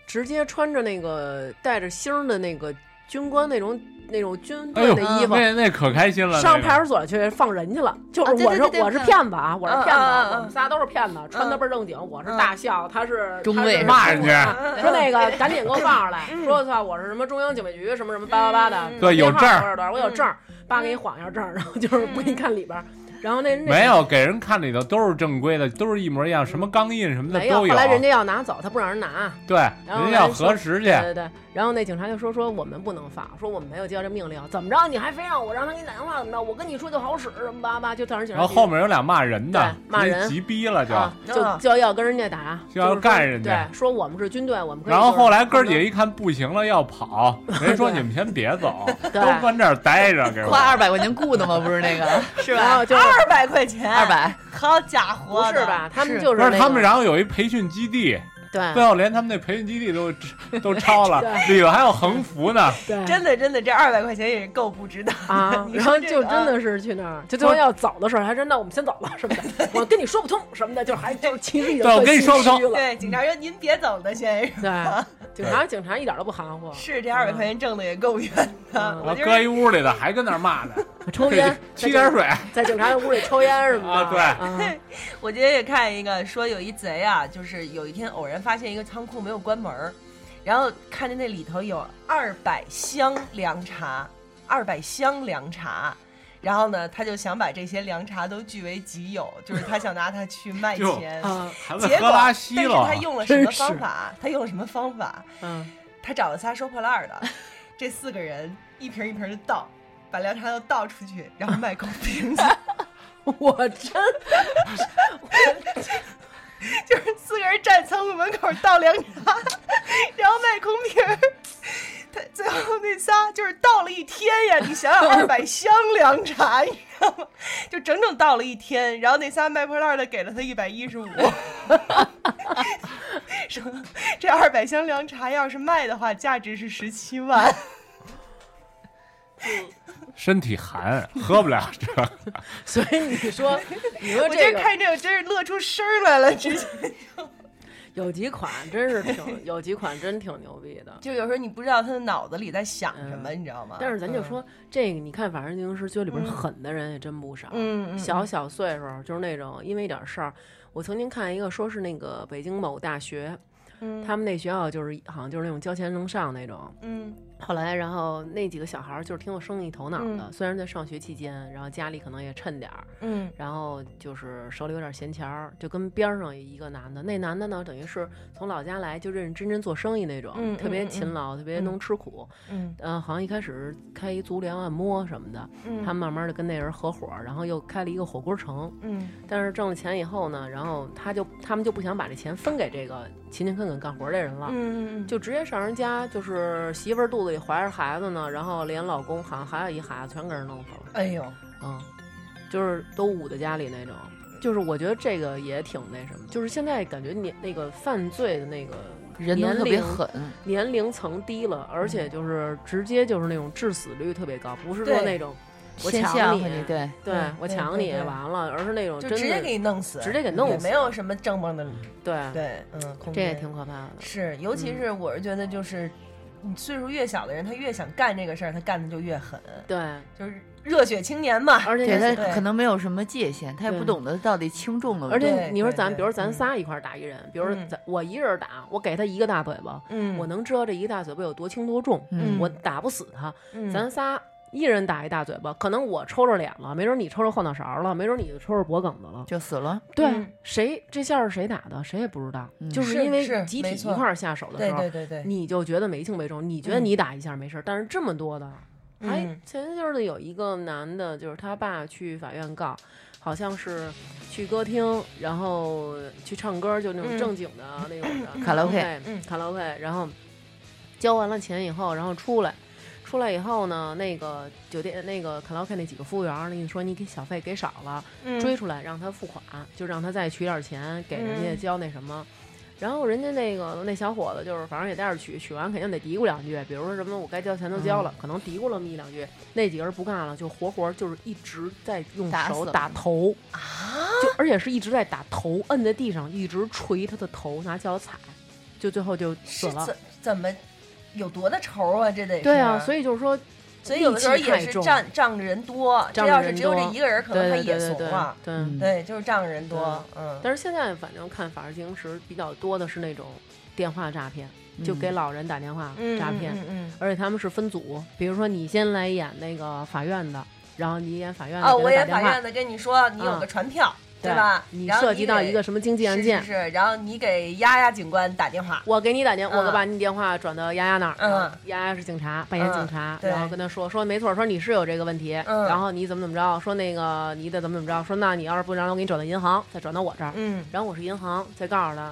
C: 直接穿着那个带着星儿的那个军官那种那种军
H: 哎
C: 队
H: 呦，
C: 的衣服。
H: 那那可开心了。
C: 上
H: 那个
C: 派出所去放人去了，就
G: 啊
C: 是
G: 对
C: 我
G: 对
C: 是
G: 对对
C: 我是
G: 看
C: 骗子啊，我是骗
F: 嗯嗯嗯嗯
C: 子，我们仨都是骗子，穿的倍儿正经，我是大校，他是
G: 中
C: 他是
G: 尉
H: 骂人家
C: 啊说那个赶紧给我放出来，
F: 嗯
C: 说操我是什么中央警备局什么什么八八八的，
H: 对有
C: 电话
H: 证儿
C: 多少多少，我有证儿，
F: 嗯
C: 爸给你晃一下证儿，然后就是不给你看里边儿，然后那那
H: 没有给人看里头都是正规的，都是一模一样，什么钢印什么的
C: 没有，
H: 都
C: 后来人家要拿走，他不让人拿，
H: 对，
C: 然后
H: 人家要核实去
C: 对。对对，然后那警察就说说我们不能放，说我们没有接到这命令，怎么着你还非让我让他给你打电话怎么着，我跟你说就好使什么八八八，就当时警
H: 然
C: 察
H: 后后面有俩骂人的，
C: 对骂人
H: 直接急逼了就。
C: 啊
F: 嗯
C: 就就要跟人家打，
H: 就要
C: 是说
H: 干人家
C: 对，说我们是军队，我们可以
H: 然后
C: 就是
H: 后来哥
C: 怎么着
H: 几个一看不行了，要跑，人家说
C: 对
H: 你们先别走，
C: 对
H: 都关这儿待着，给我
G: 花二百块钱雇的吗？不是那个
F: 是
C: 然后
F: 吧？
C: 啊
F: 啊
C: 就是
F: 二百块钱，
G: 二，百，
F: 好家伙，
C: 不是？吧？他们
G: 是
C: 就是
H: 不是
C: 那
H: 他们，
C: 个
H: 然后有一培训基地，
C: 对
H: 最后连他们那培训基地都都抄了，
C: 对
H: 里头还有横幅呢。
C: 对
F: 真的真的，这二百块钱也是够不值当，
C: 啊
F: 你
C: 然
F: 说
C: 后
F: 这
C: 就
F: 个啊
C: 真的是去那儿，啊就最后要走的时候，还说那我们先走吧什么 的，我跟你说不通什么的，就还 就其实已经
H: 对我
C: 特
H: 跟你
C: 心
H: 说不通
C: 虚了，啊
F: 对，警察说您别走了，先生。
C: 对，警察警察一点都不含糊，
F: 是这二百块钱挣的也够冤的
C: 嗯，
H: 我
F: 我
H: 搁
F: 就是
H: 一屋里头还跟那儿骂呢，
C: 抽烟
H: 沏点水，
C: 在警察屋里抽烟什么的，
H: 啊
C: 对，
F: 我今天也看一个，说有一贼啊，就是有一天偶然发现一个仓库没有关门儿，然后看见那里头有二百箱凉茶，二百箱凉茶。然后呢，他就想把这些凉茶都据为己有，就是他想拿它去卖
H: 哟
F: 钱。
C: 啊
H: 还问
F: 结
H: 喝
F: 果，
H: 拉
F: 但
H: 稀
F: 是
H: 了
F: 他。用了什么
C: 真是
F: 方法？他用了什么方法？
C: 嗯
F: 他找了仨收破烂儿 的，这四个人一瓶一瓶的倒，把凉茶都倒出去，然后卖狗瓶子。
C: 嗯， 我真
F: 就是四个人站仓库门口倒凉茶，然后卖空瓶儿。他最后那仨就是倒了一天呀！你想 想，二百箱凉茶，你知道吗？就整整倒了一天。然后那仨卖破烂的给了他一百一十 五，说这二百箱凉茶要是卖的话，价值是十七万。
H: 身体寒，喝不了这。
C: 所以你 说你说
F: 我今
C: 这
F: 儿
C: 个
F: 看这个真是乐出声儿来了，直 接。
C: 有几款真是挺有几款真挺牛逼 的，
F: 就有时候你不知道他的脑子里在想
C: 什么
F: 你知道吗
C: 嗯但是咱就，说这个，你看《法制进行时》觉得里边狠的人也真不少，
F: 嗯嗯，
C: 小小岁数就是那种因为一点事儿。我曾经看一个说是那个北京某大学，他们那学校就是好像就是那种交钱能上那种。
F: 嗯
C: 后来，然后那几个小孩儿就是挺有生意头脑的，
F: 嗯
C: 虽然在上学期间，然后家里可能也趁点儿，
F: 嗯
C: 然后就是手里有点闲钱儿，就跟边儿上一个男的，那男的呢，等于是从老家来就认认真真做生意那种，
F: 嗯
C: 特别
F: 嗯嗯
C: 勤劳，特别能吃苦。
F: 嗯
C: 呃，好像一开始开一足疗按摩什么的，
F: 嗯
C: 他们慢慢的跟那人合伙，然后又开了一个火锅城。
F: 嗯。
C: 但是挣了钱以后呢，然后他就他们就不想把这钱分给这个勤勤恳恳干活儿的人了。
F: 嗯嗯
C: 就直接上人家，就是媳妇儿肚子里怀着孩子呢，然后连老公好像还有一孩子，全给人弄死了。
F: 哎呦，
C: 嗯，就是都捂在家里那种。就是我觉得这个也挺那什么，就是现在感觉年那个犯罪的那个
G: 人都
C: 年
G: 特别
C: 龄
G: 狠，
C: 年龄层低了，而且就是直接就是那种致死率特别高，不是说
F: 嗯对
C: 那种我
G: 先
C: 抢
G: 吓
C: 你
G: 唬你，对，
C: 对
F: 对
C: 我
F: 对
C: 抢
F: 对
C: 你
F: 对
C: 完了，而是那种
F: 就
C: 真
F: 直接
C: 的
F: 给你弄死，
C: 直接给弄
F: 也
C: 死
F: 没有什么正邦的，
C: 对，
F: 对，嗯，空
G: 这也
F: 间
G: 挺可怕的。
F: 是，尤其
C: 嗯
F: 是我是觉得就是，你岁数越小的人，他越想干这个事儿，他干的就越狠，
C: 对，
F: 就是热血青年嘛。
C: 而且
G: 对
C: 你
G: 他
F: 对
G: 可能没有什么界限，他也不
C: 对
G: 懂得到底轻重的
C: 而
G: 问题。
C: 且你说
F: 对
C: 咱，
F: 对
C: 比如咱
F: 嗯
C: 仨一块儿打一人，比如说
F: 嗯
C: 咱我一人打，我给他一个大嘴巴，
F: 嗯，
C: 我能知道这一个大嘴巴有多轻多重，
G: 嗯
C: 我打不死他。
F: 嗯，
C: 咱仨一人打一大嘴巴，可能我抽着脸了，没准你抽着后脑勺了，没准你就抽着脖梗子了。
G: 就死了，
C: 对
F: 嗯，
C: 谁这下是谁打的，谁也不知道，
G: 嗯
C: 就是
F: 是
C: 因为
F: 是
C: 集
F: 没
C: 体一
F: 错
C: 块儿下手的
F: 对
C: 时候，
F: 对对对，
C: 你就觉得没轻没重，你觉得
F: 嗯
C: 你打一下没事儿，但是这么多的，哎还
F: 嗯
C: 前些日子有一个男的，就是他爸去法院告，好像是去歌厅，然后去唱歌，就那种
F: 嗯
C: 正经的那种的
G: 卡拉 OK，
F: 嗯
C: 卡拉 OK，然后交完了钱以后，然后出来。出来以后呢，那个酒店那个卡拉 OK 那几个服务员儿，那个说你给小费给少了，
F: 嗯
C: 追出来让他付款，就让他再取点钱给人家
F: 嗯
C: 交那什么。然后人家那个那小伙子就是反正也带着取，取完肯定得嘀咕两句，比如说什么我该交钱都交
F: 嗯
C: 了，可能嘀咕了那么一两句，那几个人不干了，就活活就是一直在用
G: 打
C: 手
G: 死
C: 打
G: 了
C: 头啊，就而且是一直在打头，摁在地上一直捶他的头，拿脚踩，就最后就是死了。
F: 怎怎么有多大仇啊？这得
C: 对啊，
F: 以
C: 所以就是说，
F: 所以有的时候
C: 戾气太
F: 也是
C: 重
F: 仗仗着人多，
C: 仗
F: 这
C: 着
F: 要是
C: 人
F: 只有这
C: 多
F: 一个人，可
C: 对
F: 能他
C: 对
F: 也
C: 对对
F: 怂啊
C: 对
F: 了。，
C: 对。
G: 嗯
F: 对，就是仗着人多，嗯，
C: 但是现在反正看《法制进行时》比较多的是那种电话诈骗，就给
G: 嗯
C: 老人打电话
F: 嗯
C: 诈骗，
F: 嗯嗯
C: 而且他们是分组，比如说你先来演那个法院的，然后你演法院
F: 嗯
C: 的，
F: 哦，
C: 给他
F: 我也
C: 打电
F: 法
C: 话
F: 院的跟你说，你有
C: 啊
F: 个传票，
C: 对
F: 吧？
C: 你
F: 然后
C: 涉及到
F: 得
C: 一个什么经济案
F: 是
C: 件，
F: 是是，然后你给丫丫警官打电话，
C: 我给你打电，我
F: 嗯
C: 把你电话转到丫丫那儿，
F: 嗯
C: 然后丫丫是警察，扮演警察，
F: 对
C: 然后跟他说说没错，说你是有这个问题，
F: 嗯
C: 然后你怎么怎么着，说那个你得怎么怎么着，说那你要是不然我给你转到银行，再转到我这儿，
F: 嗯
C: 然后我是银行，再告诉他，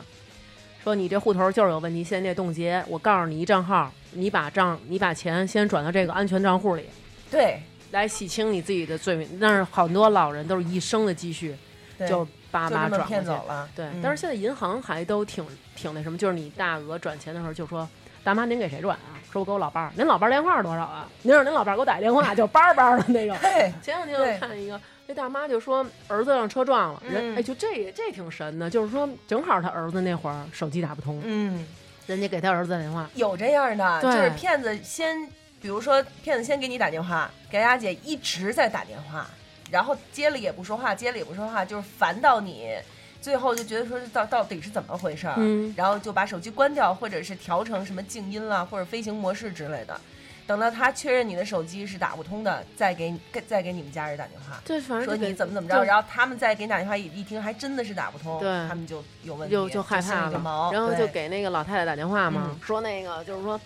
C: 说你这户头就是有问题，现在得冻结。我告诉你一账号，你把账，你把钱先转到这个安全账户里，
F: 对，
C: 来洗清你自己的罪名。但是很多老人都是一生的积蓄，
F: 对
C: 就叭
F: 就
C: 叭
F: 这么
C: 转过
F: 骗
C: 去。
F: 走了。
C: 对，
F: 嗯
C: 但是现在银行还都挺挺那什么，就是你大额转钱的时候就说。大妈，您给谁转啊？说我给我老伴儿，您老伴儿电话是多少啊？您让您老伴儿给我打一电话，就叭叭的那种。
F: 对，
C: 前两天
F: 对
C: 我看一个，那大妈就说儿子让车撞了，人、
F: 嗯
C: 哎，就这也这挺神的，就是说正好他儿子那会儿手机打不通，
F: 嗯，
C: 人家给他儿子打电话，
F: 有这样的，就
C: 对
F: 是骗子先，比如说骗子先给你打电话，给丫姐一直在打电话，然后接了也不说话，接了也不说话，就是烦到你，最后就觉得说这到到底是怎么回事儿，
C: 嗯
F: 然后就把手机关掉，或者是调成什么静音啦，或者飞行模式之类的。等到他确认你的手机是打不通的，再给你给再给你们家人打电话，
C: 这反正
F: 说
C: 就给
F: 你怎么怎么着，
C: 就
F: 然后他们再给你打电话一一听，还真的是打不通，
C: 对
F: 他们就有问题，
C: 就就害
F: 心里
C: 怕
F: 就
C: 了
F: 毛，
C: 然后就
F: 对
C: 给那个老太太打电话嘛，
F: 嗯
C: 说那个就是说。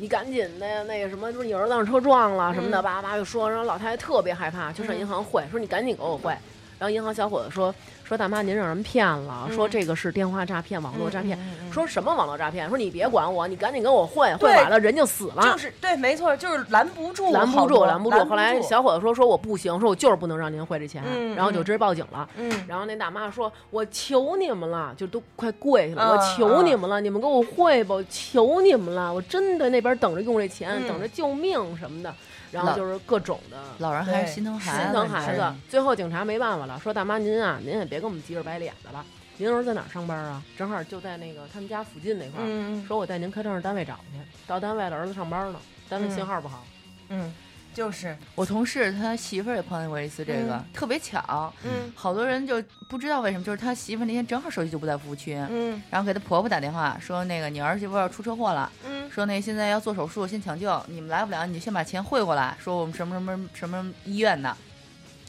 C: 你赶紧的，那个什么，不是你儿子让车撞了什么的，
F: 嗯
C: 叭叭就说，然后老太太特别害怕，就上
F: 嗯
C: 银行汇，说你赶紧给我汇。然后银行小伙子说说大妈您让人骗了，
F: 嗯
C: 说这个是电话诈骗、网络诈骗，
F: 嗯嗯嗯嗯
C: 说什么网络诈骗？说你别管我，你赶紧给我汇，汇
F: 对
C: 完了人就死了。
F: 就是对，没错，就是拦不住，
C: 啊拦
F: 好
C: 不住，
F: 多
C: 拦不住。后来小伙子说：“说我不行，说我就是不能让您汇这钱。
F: 嗯
C: 然后就
F: 嗯
C: 直接报警了。
F: 嗯，
C: 然后那大妈说：“我求你们了，就都快跪下了，
F: 啊
G: 嗯
C: 我求你们了，你们给我汇吧，我求你们了，我真的那边等着用这钱，
F: 嗯
C: 等着救命什么的。”然后
G: 老
C: 就是各种的
G: 老人还
F: 对
G: 是心疼孩子，
C: 心疼孩
G: 是
C: 子。最后警察没办法了，说：“大妈您啊，您也别跟我们急着白脸的了，您儿子在哪儿上班啊？正好就在那个他们家附近那块儿。
F: 嗯
C: 说我带您开政治单位找去，到单位了，儿子上班呢，单位
F: 嗯
C: 信号不好。
F: 嗯，就是，
G: 我同事他媳妇儿也碰见过一次这个，特别巧，
F: 嗯
G: 好多人就不知道为什么，就是他媳妇儿那天正好手机就不在服务区，
F: 嗯
G: 然后给她婆婆打电话说那个你儿媳妇儿出车祸了，
F: 嗯
G: 说那现在要做手术，先抢救，你们来不了，你就先把钱汇过来，说我们什么什么什么医院的。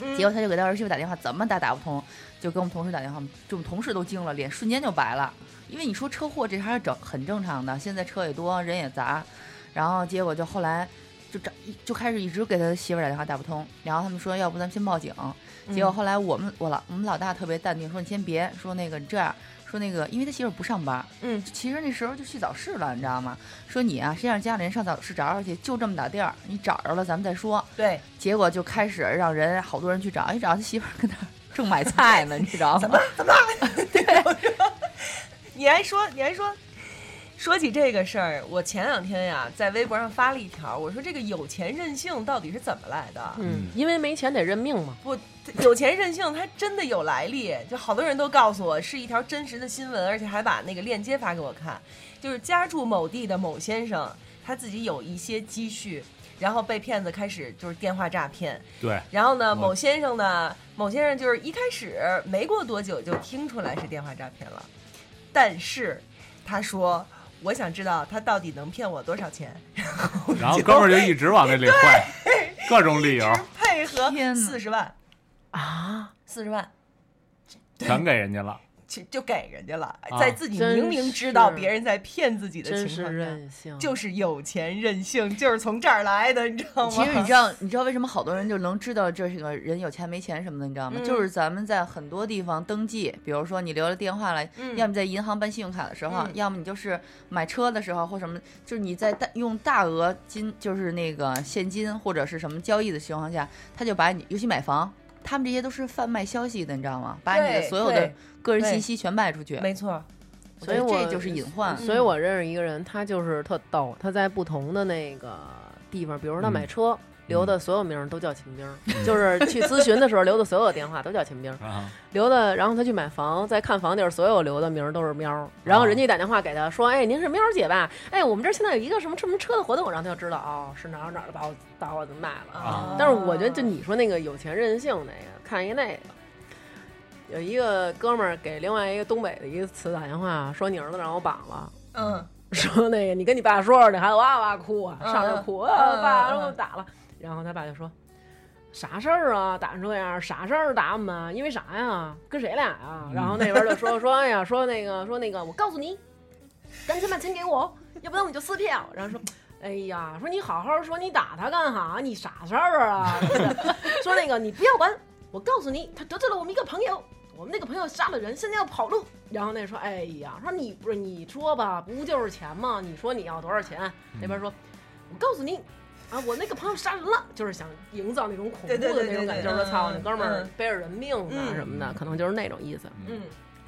F: 嗯，
G: 结果他就给他儿媳妇打电话，怎么打打不通，就跟我们同事打电话，就我们同事都惊了，脸瞬间就白了。因为你说车祸这还是整很正常的，现在车也多，人也杂，然后结果就后来就找就开始一直给他媳妇儿打电话打不通，然后他们说要不咱们先报警，
F: 嗯
G: 结果后来我们我老我们老大特别淡定，说你先别说那个你这样。说那个，因为他媳妇儿不上班，
F: 嗯，
G: 其实那时候就去早市了，你知道吗？说你啊，先让家里人上早市找找去，就这么打地儿，你找着了咱们再说。
F: 对，
G: 结果就开始让人好多人去找，一找他媳妇儿跟那儿正买 菜呢，你知道吗？
F: 你还说你还说。说起这个事儿，我前两天呀在微博上发了一条，我说这个有钱任性到底是怎么来的？
C: 嗯，因为没钱得认命嘛。
F: 不，有钱任性，它真的有来历。就好多人都告诉我是一条真实的新闻，而且还把那个链接发给我看。就是家住某地的某先生，他自己有一些积蓄，然后被骗子开始就是电话诈骗。
H: 对，
F: 然后呢，
H: 我
F: 某先生呢，某先生就是一开始没过多久就听出来是电话诈骗了，但是他说。我想知道他到底能骗我多少钱，
H: 然后哥们儿就一直往那里坏，各种理由
F: 配合
G: 天哪
F: 四十万，
C: 啊，
F: 四十万，
H: 全给人家了。
F: 就就给人家了，
H: 啊
F: 在自己
C: 真
F: 明明知道
C: 是
F: 别人在骗自己的
C: 真
F: 情
C: 是啊
F: 况下，
C: 任性，
F: 就是有钱任性，就是从这儿来的，你知道吗？
G: 其实你知道，你知道为什么好多人就能知道这个人有钱没钱什么的，你知道吗？
F: 嗯
G: 就是咱们在很多地方登记，比如说你留了电话了，
F: 嗯
G: 要么在银行办信用卡的时候，啊
F: 嗯
G: 要么你就是买车的时候或什么，就是你在大用大额金，就是那个现金或者是什么交易的情况下，他就把你，尤其买房，他们这些都是贩卖消息的，你知道吗？把你的
F: 对
G: 所有的
F: 对
G: 个人
F: 对
G: 信息全卖出去，
F: 没嗯错，
C: 所以
G: 我觉得
C: 我
G: 这就是隐患。
C: 所以我认识一个人，他就是特逗，他在不同的那个地方，比如说他买车。留的所有名儿都叫秦兵儿， 就是去咨询的时候留的所有电话都叫秦兵儿，
H: 啊，
C: 留的，然后他去买房，在看房地儿，所有留的名儿都是喵儿，然后人家打电话给他说，哎，您是喵儿姐吧？哎，我们这儿现在有一个什么什么车的活动，然后他就知道哦，是哪儿哪儿的把我把我卖了，
F: 嗯
H: 啊
C: 但是我觉得，就你说那个有钱任性那个，看一那个，有一个哥们儿给另外一个东北的一个词打电话，说你儿子让我绑了，
F: 嗯，
C: 说那个你跟你爸说说，那孩子哇哇哭啊，
F: 嗯
C: 上来就哭
F: 嗯
C: 啊，
F: 嗯
C: 爸让我打了。然后他爸就说。啥事儿啊？打成这样，啥事儿打我们啊？因为啥呀？跟谁俩
F: 嗯
C: 呀？然后那边就说说，哎呀，说那个说那个，我告诉你，赶紧把钱给我，要不然我就撕票。然后说，哎呀，说你好好说，你打他干哈？你啥事儿啊？说那个你不要管，我告诉你，他得罪了我们一个朋友，我们那个朋友杀了人，现在要跑路。然后那说，哎呀，说你不是你说吧，不就是钱吗？你说你要多少钱？那边说，我告诉你，啊，我那个朋友杀人了，就是想营造那种恐怖
F: 对对
C: 的
F: 对
C: 那
F: 对
C: 种感
F: 对
C: 觉，就是
F: 嗯
C: 说操，那哥们儿
F: 嗯
C: 背着人命啊
F: 嗯
C: 什么的，可能就是那种意思。
F: 嗯，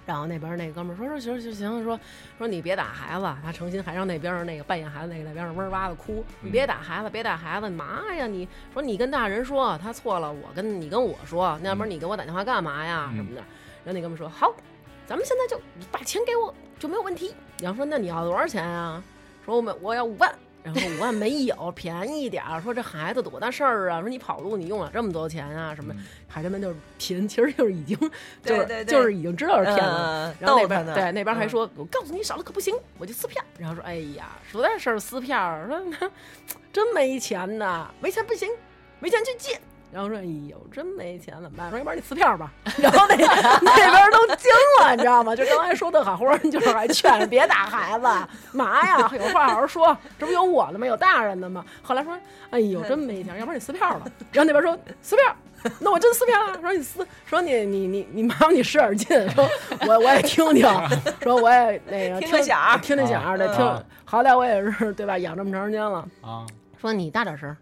C: 然后那边那哥们儿说说行行行，说说你别打孩子，他诚心还让那边儿那个扮演孩子那个那边儿哇哇的哭，你别打孩子，别打孩子，嘛呀你说你跟大人说他错了，我跟你跟我说，那要不然你给我打电话干嘛呀
H: 嗯
C: 什么的。然后那哥们儿说好，咱们现在就你把钱给我就没有问题。然后说那你要多少钱啊？说我们我要五万。然后五万没有，便宜点儿。说这孩子多大事儿啊？说你跑路你用了这么多钱啊？什么的？孩子们就是贫，其实就是已经就
F: 对
C: 是
F: 对对
C: 就是已经知道是骗子了。
F: 嗯
C: 然后
F: 逗
C: 那
F: 他
C: 边
F: 呢
C: 对那边还
F: 嗯
C: 说，我告诉你少了可不行，我就撕票。然后说，哎呀，实在是撕票，说 那真没钱呐，没钱不行，没钱去借。然后说，哎呦，真没钱怎么办？说要不然你撕票吧。然后那那边都惊了，你知道吗？就刚才说的好好，就是还劝着别打孩子，嘛呀，有话好好说，这不有我呢吗？有大人的吗？后来说，哎呦，真没钱，要不然你撕票吧。然后那边说撕票。那我真撕票了，说你撕，说你你你你麻烦你使点劲，说我我也听听，说我也那个
F: 听个响儿
C: 听听响儿，得听
H: 嗯，
C: 好歹我也是对吧，养这么长时间了，
H: 啊，
C: 说你大点声儿，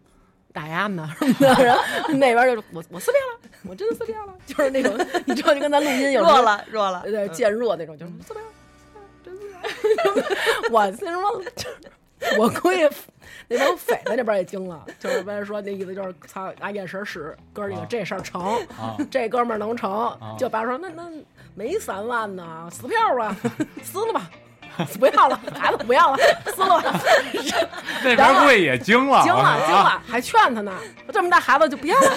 C: 打 压呢什么的，然后那边儿就我我撕票了，我真的撕票了，就是那种你知道就跟咱录音有时候
F: 弱了弱了，
C: 对，
F: 嗯
C: 渐弱那种，就是撕票，撕票真撕票 我那什么，就是 我估计那帮匪在那边也惊了，就是别人说那意思就是操拿眼神使，哥儿几个
H: 啊
C: 这事儿成
H: 啊，
C: 这哥们儿能成，就把说那那没三万呢，撕票啊，撕了吧。不要了，孩子不要了，撕了吧。
H: 那边估计也惊了，
C: 惊了，惊
H: 啊，
C: 了，还劝他呢，说这么大孩子就不要了，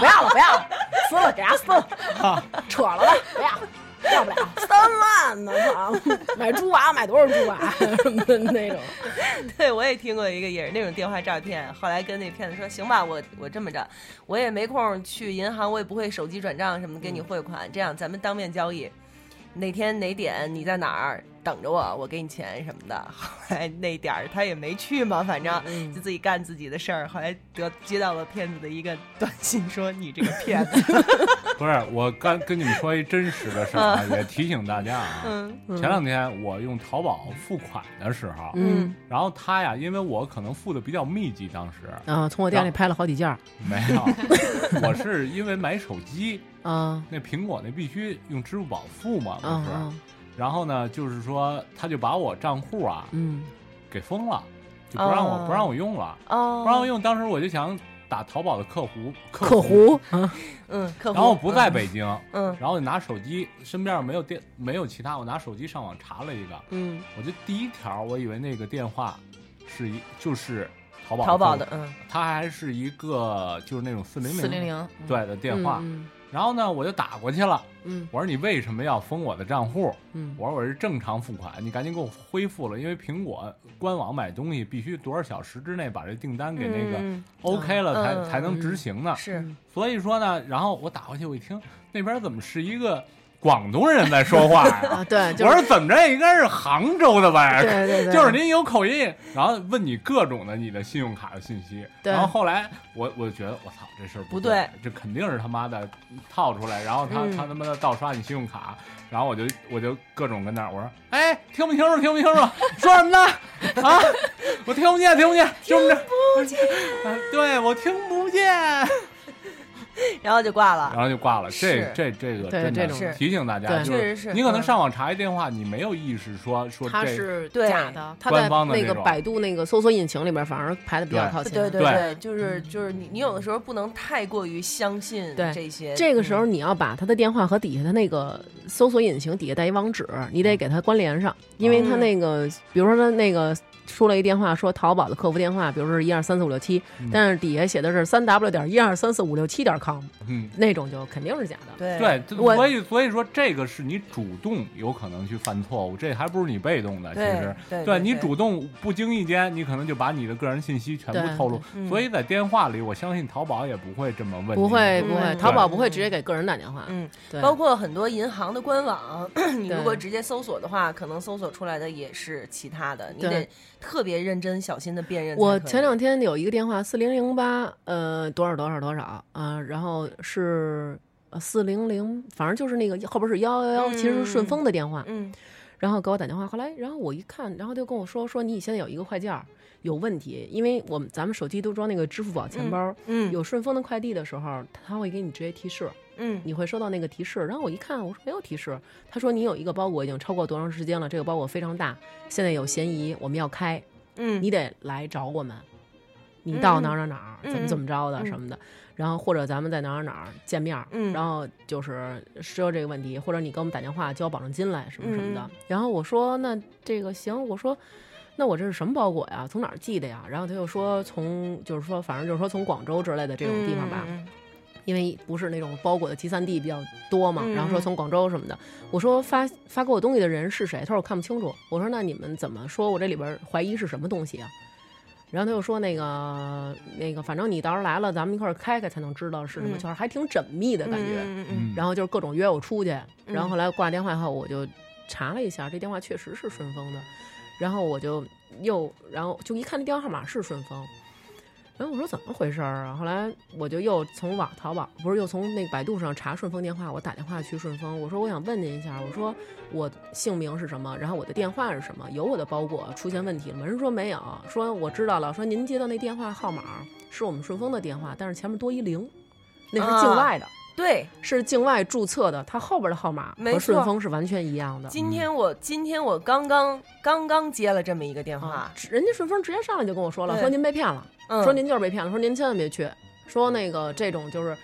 C: 不要了，不要了，撕了，给他撕了，
H: 啊
C: 扯了吧，不要，要不了，三万呢，操，买猪娃买多少猪娃啊什么的那种，
F: 呃对，我也听过一个也是那种电话诈骗，后来跟那骗子说，行吧，我我这么着，我也没空去银行，我也不会手机转账什么的给你汇款，这样咱们当面交易，哪天哪点你在哪儿等着我，我给你钱什么的。 后来那点儿他也没去嘛，反正就自己干自己的事儿。后来得接到了骗子的一 个短信说，你这个骗子，
H: 不是，我刚跟你们说一真实的事儿啊，也提醒大家啊。
F: 嗯
H: 前两天我用淘宝付款的时候，
C: 嗯
H: 然后他呀，因为我可能付的比较密集，当时
C: 啊，从我店里拍了好几件儿
H: 没有，我是因为买手机，
C: 啊
H: 那苹果那必须用支付宝付嘛，不
C: 啊
H: 是？
C: 啊，
H: 然后呢，就是说他就把我账户啊
G: 嗯，
H: 给封了，就不让我、
F: 哦
H: 不让我用了，
F: 哦，
H: 不让我用。当时我就想打淘宝的客啊服，
C: 客
H: 服，
C: 服
F: 嗯，客服，
H: 然后我不在北京，
F: 嗯，
H: 然后我就拿手机，身边没有电，没有其他，我拿手机上网查了一个，
F: 嗯，
H: 我就第一条，我以为那个电话是一就是淘宝
F: 淘宝
H: 客
F: 的
H: 服，，
F: 嗯
H: 它还是一个就是那种四零零
G: 四零零，
H: 对的电话。
C: 嗯
H: 然后呢，我就打过去了，
C: 嗯
H: 我说你为什么要封我的账户？
C: 嗯
H: 我说我是正常付款，你赶紧给我恢复了，因为苹果官网买东西必须多少小时之内把这订单给那个
F: 嗯
H: OK 了才、
F: 嗯
H: 才能执行呢。
F: 是
H: 所以说呢，然后我打过去，我一听 那边怎么是一个广东人在说话呀？
C: 啊，对，就
H: 我
C: 是
H: 说怎么着也应该是杭州的吧？
C: 对对对，
H: 就是您有口音，然后问你各种的你的信用卡的信息，
C: 对
H: 然后后来我我觉得我操这事儿
F: 不
H: 对
F: 对，
H: 这肯定是他妈的套出来，然后他、
F: 嗯
H: 他他妈的盗刷你信用卡，然后我就我就各种跟那儿我说，哎，听不清楚，听不清楚， 说什么呢？啊，我听不见，听不见，听不见，啊 对我听不见，
F: 然后就挂了
H: 然。后就挂了。这
F: 是
H: 这这个
C: 对
H: 真
C: 这
H: 的
C: 种
F: 是
H: 提醒大家，
C: 对
H: 就
F: 确实是
H: 你可能
F: 嗯
H: 上网查一电话，你没有意识说说
C: 它
H: 这
C: 是
F: 对
C: 假的，它
H: 官
C: 在
H: 方的
C: 那
H: 那
C: 个
H: 种
C: 百度那个搜索引擎里边反而排的比较
H: 对
C: 靠前。
F: 对
C: 啊
F: 对
H: 对
F: 对，就是就是你，你有的时候不能太过于相信
C: 对
F: 这些。
C: 这个时候
F: 嗯
C: 你要把他的电话和底下他那个搜索引擎底下带一网址，
F: 嗯
C: 你得给他关联上，因为他那个，比如说他那个输了一电话说淘宝的客服电话，比如说是一二三四五六七
H: 嗯，
C: 但是底下写的是三 w 点一二三四五六七点 com，
H: 嗯。
C: 那种就肯定是假的。
F: 对
H: 对，这
C: 我
H: 所以所以说这个是你主动有可能去犯错误，这还不是你被动的。其实
F: 对，对对
H: 你主动不经意间，你可能就把你的个人信息全部
C: 对
H: 透露。
F: 嗯
H: 所以在电话里，我相信淘宝也不会这么问你。
C: 不会不会，
F: 嗯
C: 淘宝不会直接给个人打电话。
F: 嗯，
C: 对，
F: 包括很多银行的官网， 你
C: 对
F: 如果直接搜索的话，可能搜索出来的也是其他的，你
C: 对
F: 得特别认真小心的辨认才可以。
C: 我前两天有一个电话四零零八，呃，多少多少多少啊、然后是呃四零零，反正就是那个后边是幺幺幺，其实是顺丰的电话，
F: 嗯
C: 然后给我打电话，后来然后我一看，然后他就跟我说说你现在有一个快件儿有问题，因为我们咱们手机都装那个支付宝钱包，
F: 嗯
C: 有顺丰的快递的时候，他会给你直接提示，
F: 嗯
C: 你会收到那个提示。然后我一看，我说没有提示，他说你有一个包裹已经超过多长时间了，这个包裹非常大，现在有嫌疑，我们要开。
F: 嗯
C: 你得来找我们，你到哪儿哪儿哪儿，
F: 嗯
C: 怎么怎么着的
F: 嗯
C: 什么的，然后或者咱们在哪儿哪儿哪儿见面儿，
F: 嗯
C: 然后就是说这个问题，或者你给我们打电话交保证金来什么什么的
F: 嗯。
C: 然后我说那这个行，我说。那我这是什么包裹呀？从哪儿寄的呀？然后他又说从，就是说，反正就是说从广州之类的这种地方吧，
F: 嗯
C: 因为不是那种包裹的集散地比较多嘛，
F: 嗯
C: 然后说从广州什么的，我说发发给我东西的人是谁？他说我看不清楚。我说那你们怎么说我这里边怀疑是什么东西啊？然后他又说那个那个，反正你到时候来了，咱们一块儿开开才能知道是什么
F: 嗯
C: 圈儿，还挺缜密的
F: 嗯
C: 感觉。
F: 嗯嗯
H: 嗯，
C: 然后就是各种约我出去，然后
F: 嗯
C: 后来挂电话后，我就查了一下，这电话确实是顺丰的，然后我就又，然后就一看这电话号码是顺丰，然后我说怎么回事儿啊？后来我就又从网淘宝不是又从那个百度上查顺丰电话，我打电话去顺丰，我说我想问您一下，我说我姓名是什么，然后我的电话是什么，有我的包裹出现问题了吗？人说没有，说我知道了，说您接到那电话号码是我们顺丰的电话，但是前面多一零，那是境
F: 啊
C: 外的。
F: 对，
C: 是境外注册的，它后边的号码
F: 没
C: 和顺
F: 错
C: 丰是完全一样的。
F: 今天我今天我刚刚刚刚接了这么一个电话
C: 啊，，人家顺丰直接上来就跟我说了，
F: 对
C: 说您被骗了，
F: 嗯
C: 哦说您就是被骗了，说您千万别去，说那个这种就是，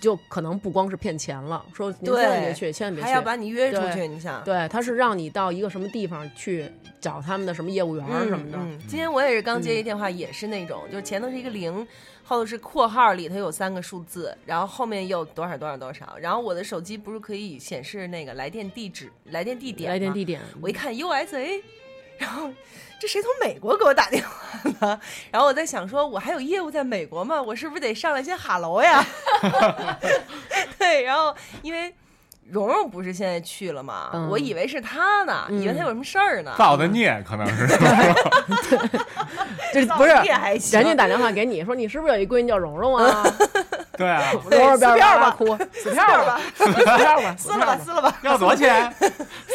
C: 就可能不光是骗钱了，说您千万别去，千万别
F: 还要把
C: 去。
F: 你约出去，
C: 对
F: 你想。
C: 对，他是让你到一个什么地方去找他们的什么业务员儿什么的，
F: 嗯嗯今天我也是刚接一电话，也是那种，就是前头是一个零，后头是括号里头有三个数字，然后后面又多少多少多少。然后我的手机不是可以显示那个来电地址、来电嗯地点吗？
C: 来电地点。
F: 我一看 USA，然后这谁从美国给我打电话呢？ 然后我在想说，我还有业务在美国吗？我是不是得上来先哈喽呀？ 对，然后因为蓉蓉不是现在去了吗？
C: 嗯
F: 我以为是她呢，以为她有什么事儿呢。
H: 造的孽可 能是
C: 这
F: 造
C: 不是
F: 孽还行
C: 人家打电话给你说你是不是有一闺女叫蓉蓉啊？
F: 嗯
H: 对啊，
C: 蓉蓉
F: 撕
C: 边
F: 票
C: 哇哇
F: 吧
C: 哭，死票吧，撕票 吧，
F: 撕了吧，撕了吧，哎
H: 要多 少钱？啊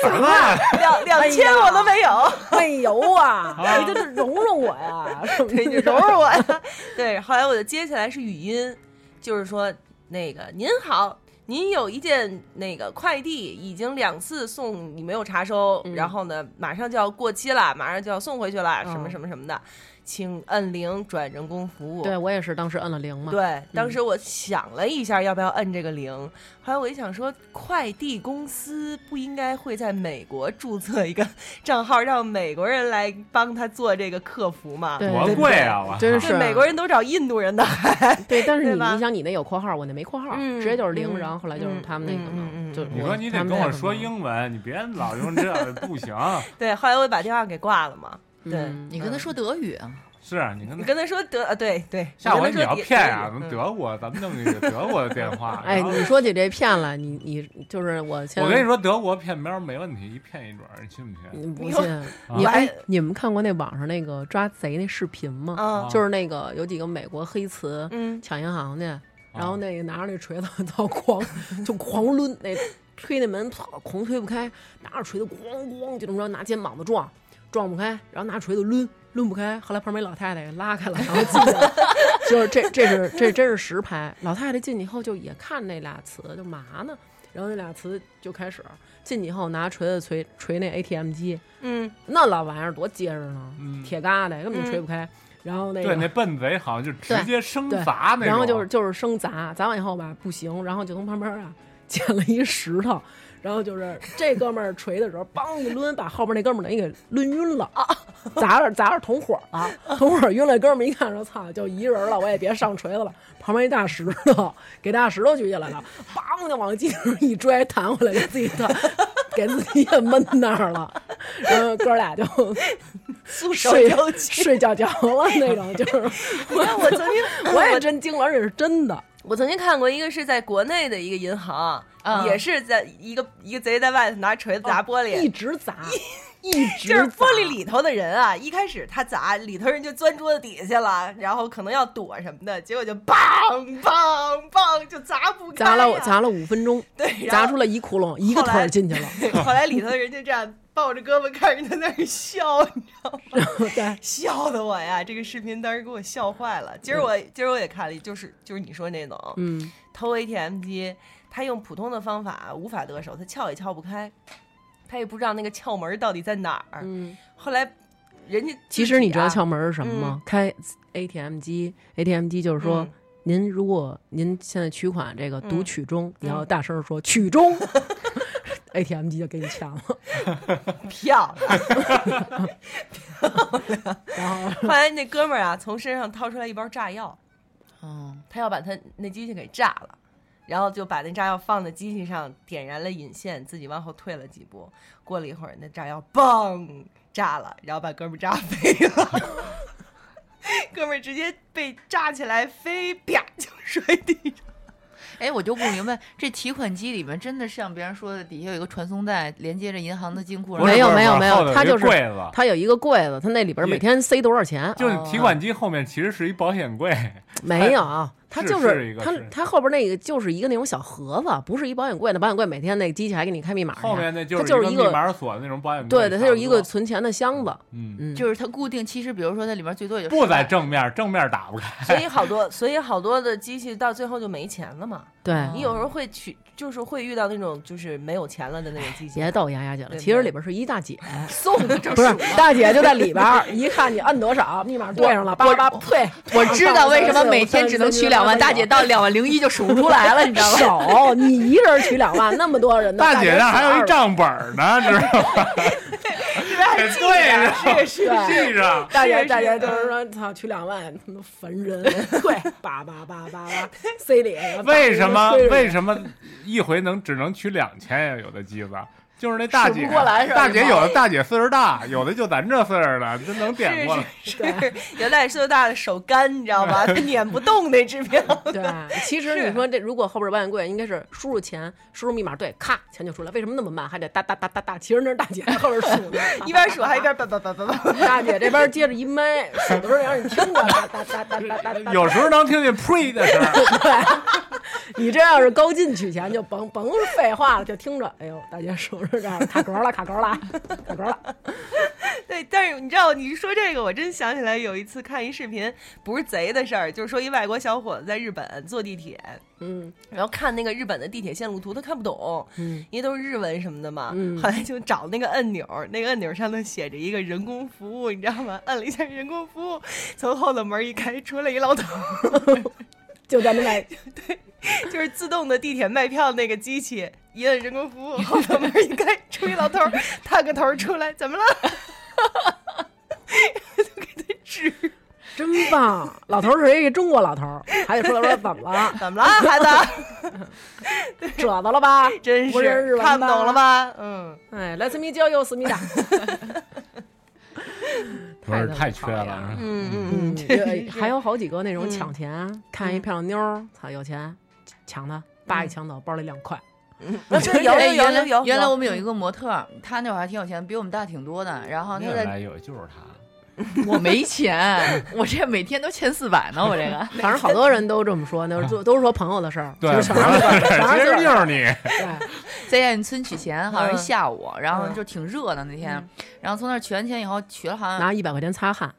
H: 三十万。
F: 两两千我都没有，
C: 没有哎啊，你这是蓉蓉我呀，
F: 对，你
C: 蓉
F: 揉揉我 呀。对，后来我就接下来是语音，就是说那个您好，您有一件那个快递已经两次送，你没有查收，
C: 嗯
F: 然后呢，马上就要过期了，马上就要送回去了，什么
C: 嗯
F: 什么什么的，请按铃转人工服务。
C: 对我也是当时摁了零嘛。
F: 对，当
C: 嗯
F: 时我想了一下，要不要摁这个铃？后来我一想说，快递公司不应该会在美国注册一个 账号，让美国人来帮他做这个客服吗？
C: 对
H: 多贵啊！我
C: 真
H: 操
C: 是
F: 这美国人都找印度 人的，还
C: 对，但是你
F: 对吧
C: 你想，你那有括号，我那没括号，
F: 嗯
C: 直接就是零，
F: 嗯
C: 然后后来就是他们那个嘛，
F: 嗯嗯嗯嗯
C: 就是
H: 你
C: 我
H: 说你得
C: 他
H: 跟
C: 们
H: 我
C: 那个
H: 说
C: 嘛，
H: 英文，你别老用这个不 行。
F: 对。后来我把电话给挂了嘛。对
C: 嗯
G: 你跟他说德语啊，
H: 是啊你跟
F: 你
H: 他
F: 跟他说德，呃，对 对，
H: 下回
F: 你
H: 你
F: 跟他
H: 要
F: 说
H: 骗啊，
F: 德语
H: 咱
F: 嗯
H: 德国咱们弄一个德国的电 话。
C: 哎，
H: 然后
C: 你说起这骗了，你你就是我前，
H: 我跟你说，德国骗喵没问题，一骗一准儿，你信不信？
C: 你嗯不
F: 你
C: 信，你
F: 我还
C: 哎，你们看过那网上那个抓贼那视频吗？
F: 嗯
C: 就是那个有几个美国黑词
F: 嗯，
C: 抢银行去，然后那个拿着那锤子 到狂就狂抡那推那门，操，狂推不开，拿着锤子咣咣就这么着拿肩膀子撞，撞不开，然后拿锤子抡抡不开，后来旁边一老太太给拉开了，然后进去了。 就是这这是这真是实拍，老太太进去以后就也看那俩词，就嘛呢？然后那俩词就开始进去以后拿锤子锤锤那 ATM 机，
F: 嗯，
C: 那老玩意儿多结实呢，
H: 嗯
C: 铁疙瘩根本就锤不开。然后那个
H: 对，那笨贼好像就直
C: 对
H: 接生
C: 对
H: 砸那种，
C: 然后就是就是生砸，砸完以后吧不行，然后就从旁边啊捡了一石头，然后就是这哥们儿锤的时候，梆一抡，把后边那哥们儿等于给抡晕了，砸着砸着同伙了，同伙晕了，哥们儿一看说操，就一人了，我也别上锤子了，旁边一大石头给大石头举起来了，梆就往机上一拽，弹回来给自己的。给自己也闷那儿了，然后哥俩就睡
F: 交集
C: 睡觉觉了那种，就是
F: 嗯我曾经
C: 我也真惊了，而且是真的。
F: 我曾经看过一个是在国内的一个银行，
G: 嗯
F: 也是在一个一个贼在外头拿锤子砸玻璃。
C: 啊一直砸，一直
F: 就是玻
C: 砸
F: 璃里头的人啊，一开始他砸，里头人就钻桌子底下去了，然后可能要躲什么的，结果就梆梆梆就砸不开、
C: 砸了，砸了五分钟，
F: 对，然后
C: 砸出了一窟窿，一个
F: 后
C: 腿
F: 来
C: 儿进 去了。
F: 后来里头的人就这样抱着胳膊看着他在那儿笑，你知道吗？
C: 对，
F: 笑的我呀，这个视频当时给我笑坏了。今儿我今儿我也看了，就是就是你说那种
C: 嗯，
F: 偷 ATM 机，他用普通的方法无法得手，他撬也撬不开，他也不知道那个撬门到底在哪儿。
C: 嗯，
F: 后来人家啊
C: 其实你知道
F: 撬
C: 窍门儿是什么吗？开 ATM 机，ATM 机就是说。
F: 嗯
C: 您如果您现在取款这个读
F: 嗯
C: 取中，你
F: 嗯
C: 要大声说取中，ATM 机就给你抢了。
F: 票，
C: 然后
F: 后来那哥们儿啊从身上掏出来一包炸药，
G: 嗯，
F: 他要把他那机器给炸了，然后就把那炸药放在机器上，点燃了引线，自己往后退了几步。过了一会儿，那炸药嘣炸了，然后把哥们儿炸飞了。 哥们儿直接被炸起来飞，啪就摔地上。
G: 哎，我就不明白，这提款机里面真的像别人说的，底下有一个传送带连接着银行的金库，然
H: 不是
G: 后
C: 没有
H: 不是
C: 没有
H: 不是
C: 没有
H: 后头
C: 他
H: 一个
C: 就是
H: 柜子，
C: 它有一个柜子，它那里边儿每
H: 一
C: 天塞多少钱？哦
H: 就是提款机后面其实是一保险
C: 哎
H: 柜，
C: 没有，它
H: 是
C: 就是
H: 一个
C: 它
H: 是
C: 它后边那个就是一个那种小盒子，不是一保险柜的。保险柜每天那个机器还给你开密码呢，
H: 后面那就
C: 它就是
H: 一
C: 一
H: 个
C: 个
H: 密码锁的那种保险柜。
C: 对对，它就是一个
H: 差
C: 存钱的箱子。
H: 不多嗯，
C: 嗯，
G: 就是它固定。其实比如说它里面最多也就
H: 不
G: 10
H: 在正面，正面打不开。
F: 所以好多，所以好多的机器到最后就没钱了嘛。
C: 对，
G: 嗯
F: 你有时候会去，就是会遇到那种就是没有钱了的那种机器。
C: 哎别逗丫丫姐了，
F: 对
C: 其实
F: 对
C: 里边是一大 姐，
F: 送的这
C: 不是大姐就在里边儿，一看你按多少，密码对上了，叭叭叭退。
G: 我 知道为什么每天只能取两万，大姐到两万零一就数不出来了，你知道吗？
C: 手，你一人取两万，那么多人呢，
H: 大姐那儿还有一
C: 张，
H: 账本儿呢，知道吗？ 给哎对上，
F: 是是
C: 对。
H: 记上。
C: 大
F: 是
C: 姐，
F: 是
C: 大姐就是说，操，取两万，他妈烦人， 退，叭叭叭叭 叭，塞里。
H: 为什么？为
C: 么？
H: 什么一回能只能取两千呀？有的机子就是那大姐
G: 数不过来是吧
H: 大姐有的大姐岁数大，有的就咱这岁数了，真能点过来。
F: 是原来是最大的手干，你知道 吗？他撵不动那支票。
C: 对，其实你说这如果后边万元柜应该是输入钱，输入密码，对，咔，钱就出来。为什么那么慢？还得哒哒哒哒哒？其实那是大姐在后边数呢，
F: 一边数还一边叭叭叭叭叭。
C: 大姐这边接着一麦，数的时候让你听着，哒哒哒哒哒哒哒。
H: 有时候能听见呸的声儿，
C: 你这要是高进取钱，就甭甭废话了，就听着。哎呦，大姐数着这儿卡壳了，卡壳了，卡壳了。
F: 对，但是你知道，你说这个，我真想起来有一次看一视频，不是贼的事儿，就是说一外国小伙子在日本坐地铁，
C: 嗯
F: 然后看那个日本的地铁线路图，他看不懂，
C: 嗯，
F: 因为都是日文什么的嘛。
C: 嗯
F: 后来就找那个按钮，那个按钮上头写着一个人工服务，你知道吗？按了一下人工服务，从后头门一开，出来一老头，
C: 就在那买，
F: 就是自动的地铁卖票那个机器，一摁人工服务，后头门一开，出一老头，探个头出来，怎么了？就给他指。
C: 真棒！老头儿是一个中国老头儿，还得说他说怎么了，
F: 怎么了，孩子？
C: 褶子了吧？
F: 真
C: 不认识
F: 是
C: 文
F: 看不懂了？吧？嗯，
C: 哎，来自米交友思密达。
H: 不是
C: 他妈
H: 太缺
C: 讨厌
H: 了啊。
F: 嗯嗯
C: 嗯，这还有好几个那种
F: 嗯
C: 抢钱，看一漂亮妞儿，操有钱，抢她，叭一抢走，包里两块。
F: 有有
G: 哎
F: 有
G: 原来
F: 有有，
G: 原来我们有一个模特儿，他那会儿还挺有钱，比我们大挺多的。然后他
H: 那
G: 在
H: 来有就是他，
G: 我没钱， 我这每天都欠四百呢，我这 个。
C: 反正好多人都这么说，那都都是说朋友的事儿，
H: 对，
C: 就
H: 不
C: 是
H: 是
C: 全 是哎
H: 其实就是你，
C: 对，
G: 在燕子村取钱，好像是下午，然后
F: 嗯
G: 就挺热的那天，然后从那儿取完钱以后，取了好像
C: 拿一百块钱擦汗。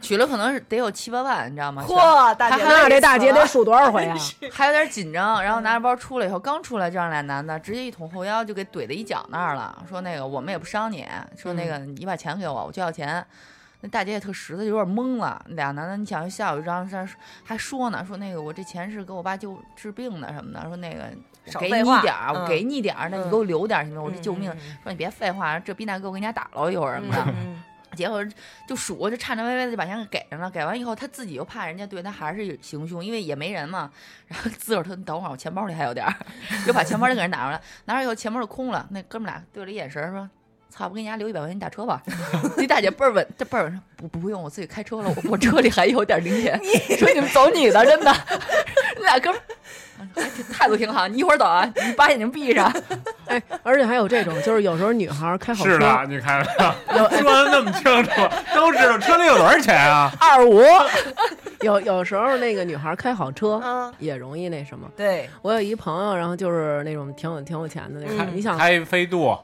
G: 取了可能是得有七八万，你知道吗？
F: 嚯，大姐累死了，
C: 那这大姐得数多少回啊？
G: 全还有点紧张，然后
F: 嗯
G: 拿着包出来以后，刚出来，这样俩男的直接一捅后腰就给怼在一脚那儿了，说那个我们也不伤你，说
F: 嗯
G: 那个你把钱给我，我就要钱。那大姐也特实在，就有点懵了。俩男的，你想下午张张还说呢，说那个我这钱是给我爸救治病的什么的，说那个我
F: 少
G: 给
F: 废
G: 你
F: 话
G: 点儿，
F: 嗯
G: 我给你点儿，那你
F: 嗯
G: 给我留点儿行吗？我这
F: 嗯
G: 救命，
F: 嗯
G: 说你别废话，这逼大哥我给你家打了一会儿什么的。
F: 嗯
G: 结果就数，就颤颤巍巍的就把钱给给人了。给完以后，他自己又怕人家对他还是行凶，因为也没人嘛。然后自个儿他等会儿，我钱包里还有点儿， 又把钱包就给人拿出来，拿出来以后钱包就空了。那哥们俩对了一眼神儿说。操！我给你家留一百块钱，你打车吧。 那大姐倍儿稳，这倍儿稳说不不用，我自己开车了，我我车里还有点零钱。说你们走你的，真的， 你俩哥们儿还挺态度挺好。你一会儿走啊，你把眼睛闭上。
C: 哎，而且还有这种，就是有时候女孩儿开好
H: 是的，
C: 车
H: 你 看说的那么清楚，都知道车里有多少钱啊？
C: 二五， 有有时候那个女孩儿开好车
F: 嗯，
C: 也容易那什么。
F: 对，
C: 我有一朋友，然后就是那种挺有挺有钱的那嗯
F: 嗯
C: 种，你想
H: 开飞度，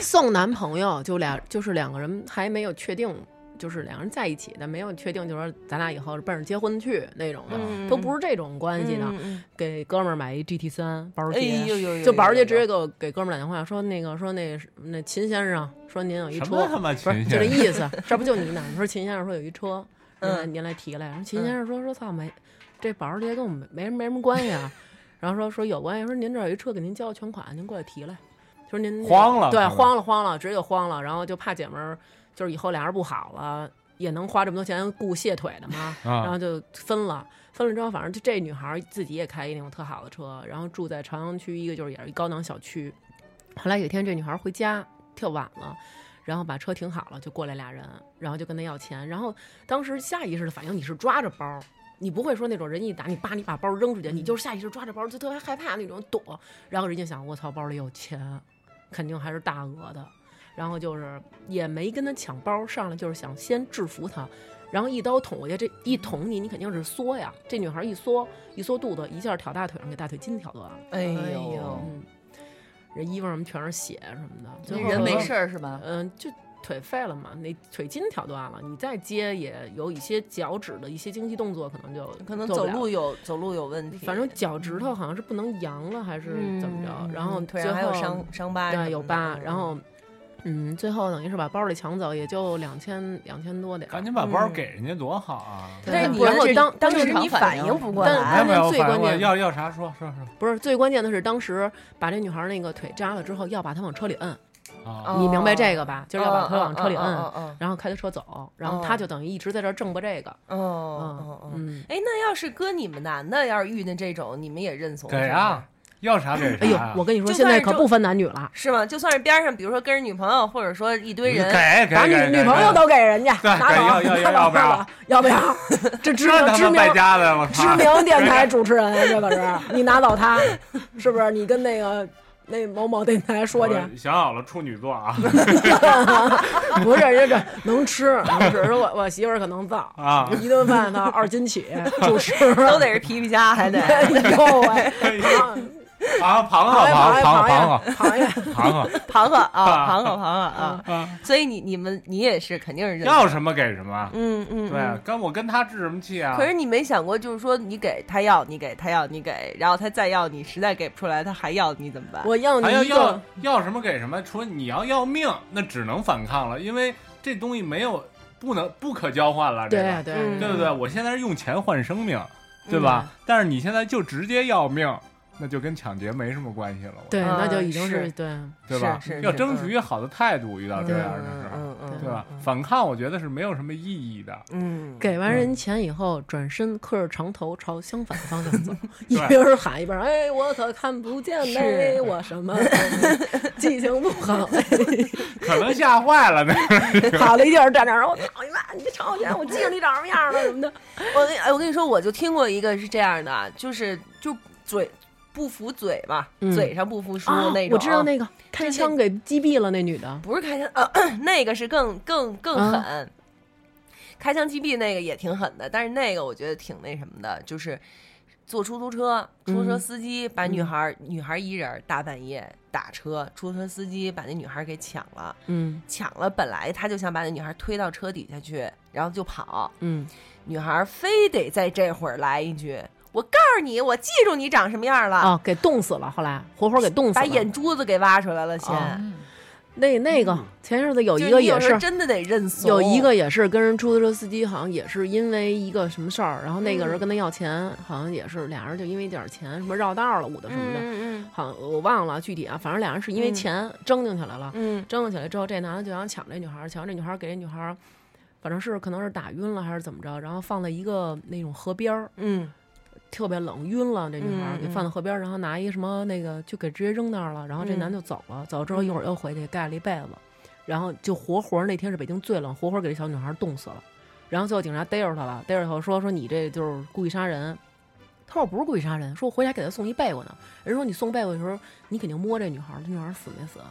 C: 送男朋友就俩，就是两个人还没有确定，就是两人在一起的，没有确定，就说咱俩以后是奔着结婚去那种的，
F: 嗯
C: 都不是这种关系的。
F: 嗯嗯
C: 给哥们儿买一 GT 三保时
F: 哎
C: 捷，
F: 呦呦呦，
C: 就保时捷
F: 有
C: 直接给我给哥们儿打电话说那个说那那秦先生说您有一
H: 什
C: 车，
H: 么他妈
C: 不是
H: 群
C: 就这
H: 线？
C: 意思，这不就你呢？ 你说秦先生说有一车，您来
F: 嗯
C: 您来提来，秦先生说说操没，这保时捷跟我们没没什么关系啊， 然后说说有关系，说您这儿有一车给您交全款，您过来提来，说您那个
H: 慌了
C: 对，
H: 可能
C: 慌了慌了，直接就慌了，然后就怕姐们儿就是以后俩人不好了，也能花这么多钱雇谢腿的嘛，
H: 啊
C: 然后就分了。分了之后，反正就这女孩儿自己也开一那种特好的车，然后住在朝阳区一个就是也是一高档小区。后来有一天，这女孩儿回家特晚了，然后把车停好了，就过来俩人，然后就跟她要钱。然后当时下意识的反应，你是抓着包儿，你不会说那种人一打你，叭，你把包儿扔出去，你就是下意识抓着包儿，就特别害怕那种躲。然后人家想，我操，包里有钱，肯定还是大额的。然后就是也没跟他抢包，上来就是想先制服他，然后一刀捅过去，这一捅你，你肯定是缩呀。这女孩一缩，一缩肚子，一下挑大腿上，给大腿筋挑断了。
F: 哎
G: 哎
F: 呦
G: 呦，
C: 嗯，人衣服上全是血什么的，最后
G: 人没
C: 可能
G: 事儿是吧？
C: 嗯，就腿废了嘛，那腿筋挑断了，你再接也有一些脚趾的一些经济动作，可能就
F: 可能
C: 做
F: 走
C: 不了
F: 路有走路有问题，
C: 反正脚趾头好像是不能扬了，还是怎么着？
F: 嗯
C: 然后
F: 腿
C: 最
F: 上
C: 后
F: 还有伤伤疤什么的，
C: 对有疤，
F: 嗯
C: 然后嗯，最后等于是把包里抢走，也就两千两千多点儿。
H: 赶紧把
C: 嗯
H: 包给人家多好啊！
C: 对
F: 但是你
C: 不然
F: 要
C: 后
F: 是
C: 当
F: 当时
G: 正常
F: 你
G: 反
F: 反
G: 应
F: 应不过
C: 但
H: 没有
F: 来，
H: 没有，
C: 最关
H: 反我
C: 键
H: 要要啥说说说
C: 不是最关键的是，当时把这女孩那个腿扎了之后，要把她往车里摁，
H: 啊！
C: 你明白这个吧？
F: 就
C: 就是要把她往车里摁，
F: 嗯
C: 然后开她车走，然后
F: 哦
C: 她就等于一直在这儿挣吧这个。
F: 嗯嗯嗯。
C: 嗯，
F: 哎，那要是搁你们男的，要是遇见这种，你们也认怂
H: 给
F: 是
H: 啊
F: 吧，
H: 要啥给啥啊
C: 哎呦
H: 呀。，
C: 我跟你说，
F: 就
C: 现
F: 算
C: 在
F: 是
C: 可
F: 就
C: 不分男女了，
F: 是吗？就算是边上，比如说跟着女朋友，或者说一堆人，
H: 给给
C: 把女
H: 给
C: 女朋友都给人家，
H: 对
C: 拿走，
H: 要要
C: 拿
H: 要要
C: 走
H: 不要？
C: 要不 要？这知
H: 这他
C: 知
H: 妈
C: 名
H: 败家的，我操！
C: 知名电台主持人，啊这可是你拿走他，是不是？你跟那个那某某电台说去，
H: 我想好了，处女 座啊
C: 不是人家这能吃，能吃。说我我媳妇儿可能造，
H: 啊！
C: 一顿 饭呢二斤起就吃， 哎
F: 都得是皮皮虾，还得。
C: 哎呦喂，哎
H: 螃
C: 螃
H: 螃螃
C: 蟹
H: 螃
C: 螃
H: 螃
C: 螃蟹，
H: 螃 螃
F: 螃蟹啊，
H: 啊
F: 螃蟹，螃蟹啊，
H: 啊，
F: 所以你你们你也是肯定是认，
H: 要什么给什么。
F: 嗯嗯，
H: 对啊，跟我跟他置什么气啊？
F: 可是你没想过，就是说你给他要，你给他要，你给，然后他再要，你实在给不出来，他还要你怎么办？
C: 我要
H: 还要
C: 你一
H: 要
C: 个，
H: 要什么给什么，除了你要要命，那只能反抗了，因为这东西没有不能不可交换了，这
C: 对啊
H: 个
C: 对
F: 嗯
H: 对不对？我现在是用钱换生命，对吧？
C: 嗯
H: 但是你现在就直接要命，那就跟抢劫没什么关系了，我
C: 对，
F: 嗯
C: 那就已经
F: 是
C: 是对，
H: 对吧
F: 是是？
H: 要
F: 是
H: 争取一个好的态度，遇到这样的事儿，
F: 嗯嗯，
H: 对吧？反抗我觉得是没有什么意义的，
F: 嗯，
C: 给完
H: 嗯
C: 人钱以后，转身磕着长头朝相反方向 走，一
H: 对
C: 边喊一边哎，我可看不见嘞，我什么都 没记性不好嘞，
H: 可能吓坏了呢。
C: 跑了一地儿站那儿，我操你妈，你这长我钱，我记着你长什么样了什么的，
F: 我跟哎，我跟你说，我就听过一个是这样的啊，就是就嘴不服嘴嘛，
C: 嗯
F: 嘴上不服输
C: 啊
F: 那种啊。
C: 我知道那个开
F: 那
C: 枪给击毙了那女的，
F: 不是开枪， 呃，那个是更更更
C: 啊
F: 狠。开枪击毙那个也挺狠的，但是那个我觉得挺那什么的，就是坐出租车，出租车
C: 嗯
F: 司机把女孩、女孩一人儿大半夜打车，出租车司机把那女孩给抢了，
C: 嗯
F: 抢了本来他就想把那女孩推到车底下去，然后就跑，
C: 嗯，
F: 女孩非得在这会儿来一句：“我告诉你，我记住你长什么样了。
C: 啊，给冻死了，后来活活给冻死
F: 把
C: 了，
F: 眼珠子给挖出来了，先、
C: 啊
G: 嗯，
C: 那那个前日子有
F: 就
C: 一
F: 是
C: 个
F: 你有
C: 也
F: 时
C: 是
F: 候。真的得认怂。
C: 有一个也是跟人出租车司机，好像也是因为一个什么事儿，然后那个
F: 嗯
C: 人跟他要钱，好像也是俩人就因为一点儿钱什么绕道了，捂的什么的，
F: 嗯
C: 好像我忘了具体啊，反正俩人是因为
F: 嗯
C: 钱争进去来了，
F: 嗯
C: 争了起来之后，这男的就想抢这女孩儿，抢这女孩儿给这女孩儿，反正是可能是打晕了还是怎么着，然后放在一个那种河边儿，
F: 嗯
C: 特别冷，晕了这女孩儿
F: 嗯
C: 给放在河边儿，然后拿一什么那个就给直接扔那儿了，然后这
F: 嗯
C: 男的就走了，走了之后一会儿又回去盖了一被子，然后就活活儿那天是北京最冷，活活儿给这小女孩儿冻死了，然后最后警察逮着他了，逮着以后说说你这就是故意杀人。他说我不是故意杀人，说我回家给他送一被窝呢。人说你送被窝的时候，你肯定摸这女孩儿，这女孩儿死没死？啊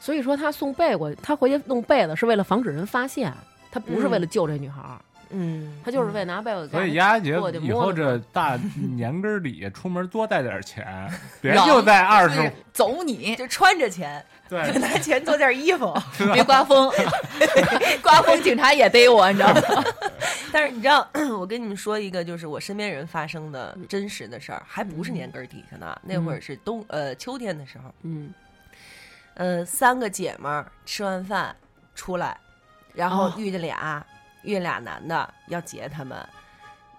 C: 所以说他送被窝，他回去弄被子是为了防止人发现，他不是为了救这女孩儿，
F: 嗯，
C: 他就是为了拿被子给她。
H: 所以丫觉
C: 我
H: 得
C: 得
H: 以
C: 摸
H: 后
C: 了
H: 这大年根儿里出门多带点 钱，别
G: 让
H: 就带二
G: 就是
H: 十，
G: 走你，
F: 嗯就穿着钱，
H: 对，
F: 就拿钱做件衣服。
G: 别刮风，刮风警察也逮我，你知道吗？
F: 但是你知道， 我跟你们说一个，就是我身边人发生的真实的事儿，还不是年根儿底下呢，那会儿是冬呃秋天的时候，
C: 嗯，
F: 呃，三个姐们儿吃完饭出来，然后
C: 哦
F: 遇见俩，遇见俩男的要劫他们，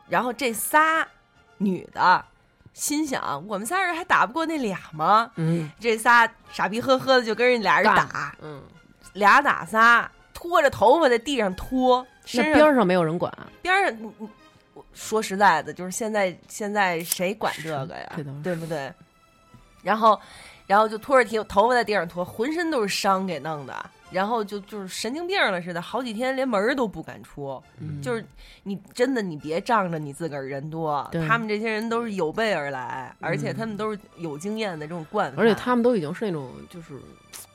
F: 然后这仨女的心想，我们仨人还打不过那俩吗？
C: 嗯
F: 这仨傻逼呵呵的就跟人俩人
C: 干
F: 打，
C: 嗯，
F: 俩打仨，拖着头发在地上拖，身
C: 那边
F: 上
C: 儿上没有人管，
F: 边儿上，嗯我说实在的，就是现在现在谁管这个呀
C: 是这倒是，
F: 对不对？然后，然后就拖着头头发在地上拖，浑身都是伤给弄的，然后就就是神经病了似的，好几天连门儿都不敢出。
C: 嗯
F: 就是你真的你别仗着你自个儿人多
C: 对，嗯
F: 他们这些人都是有备而来，而且他们都是有经验的这种惯犯，
C: 而且他们都已经是那种，就是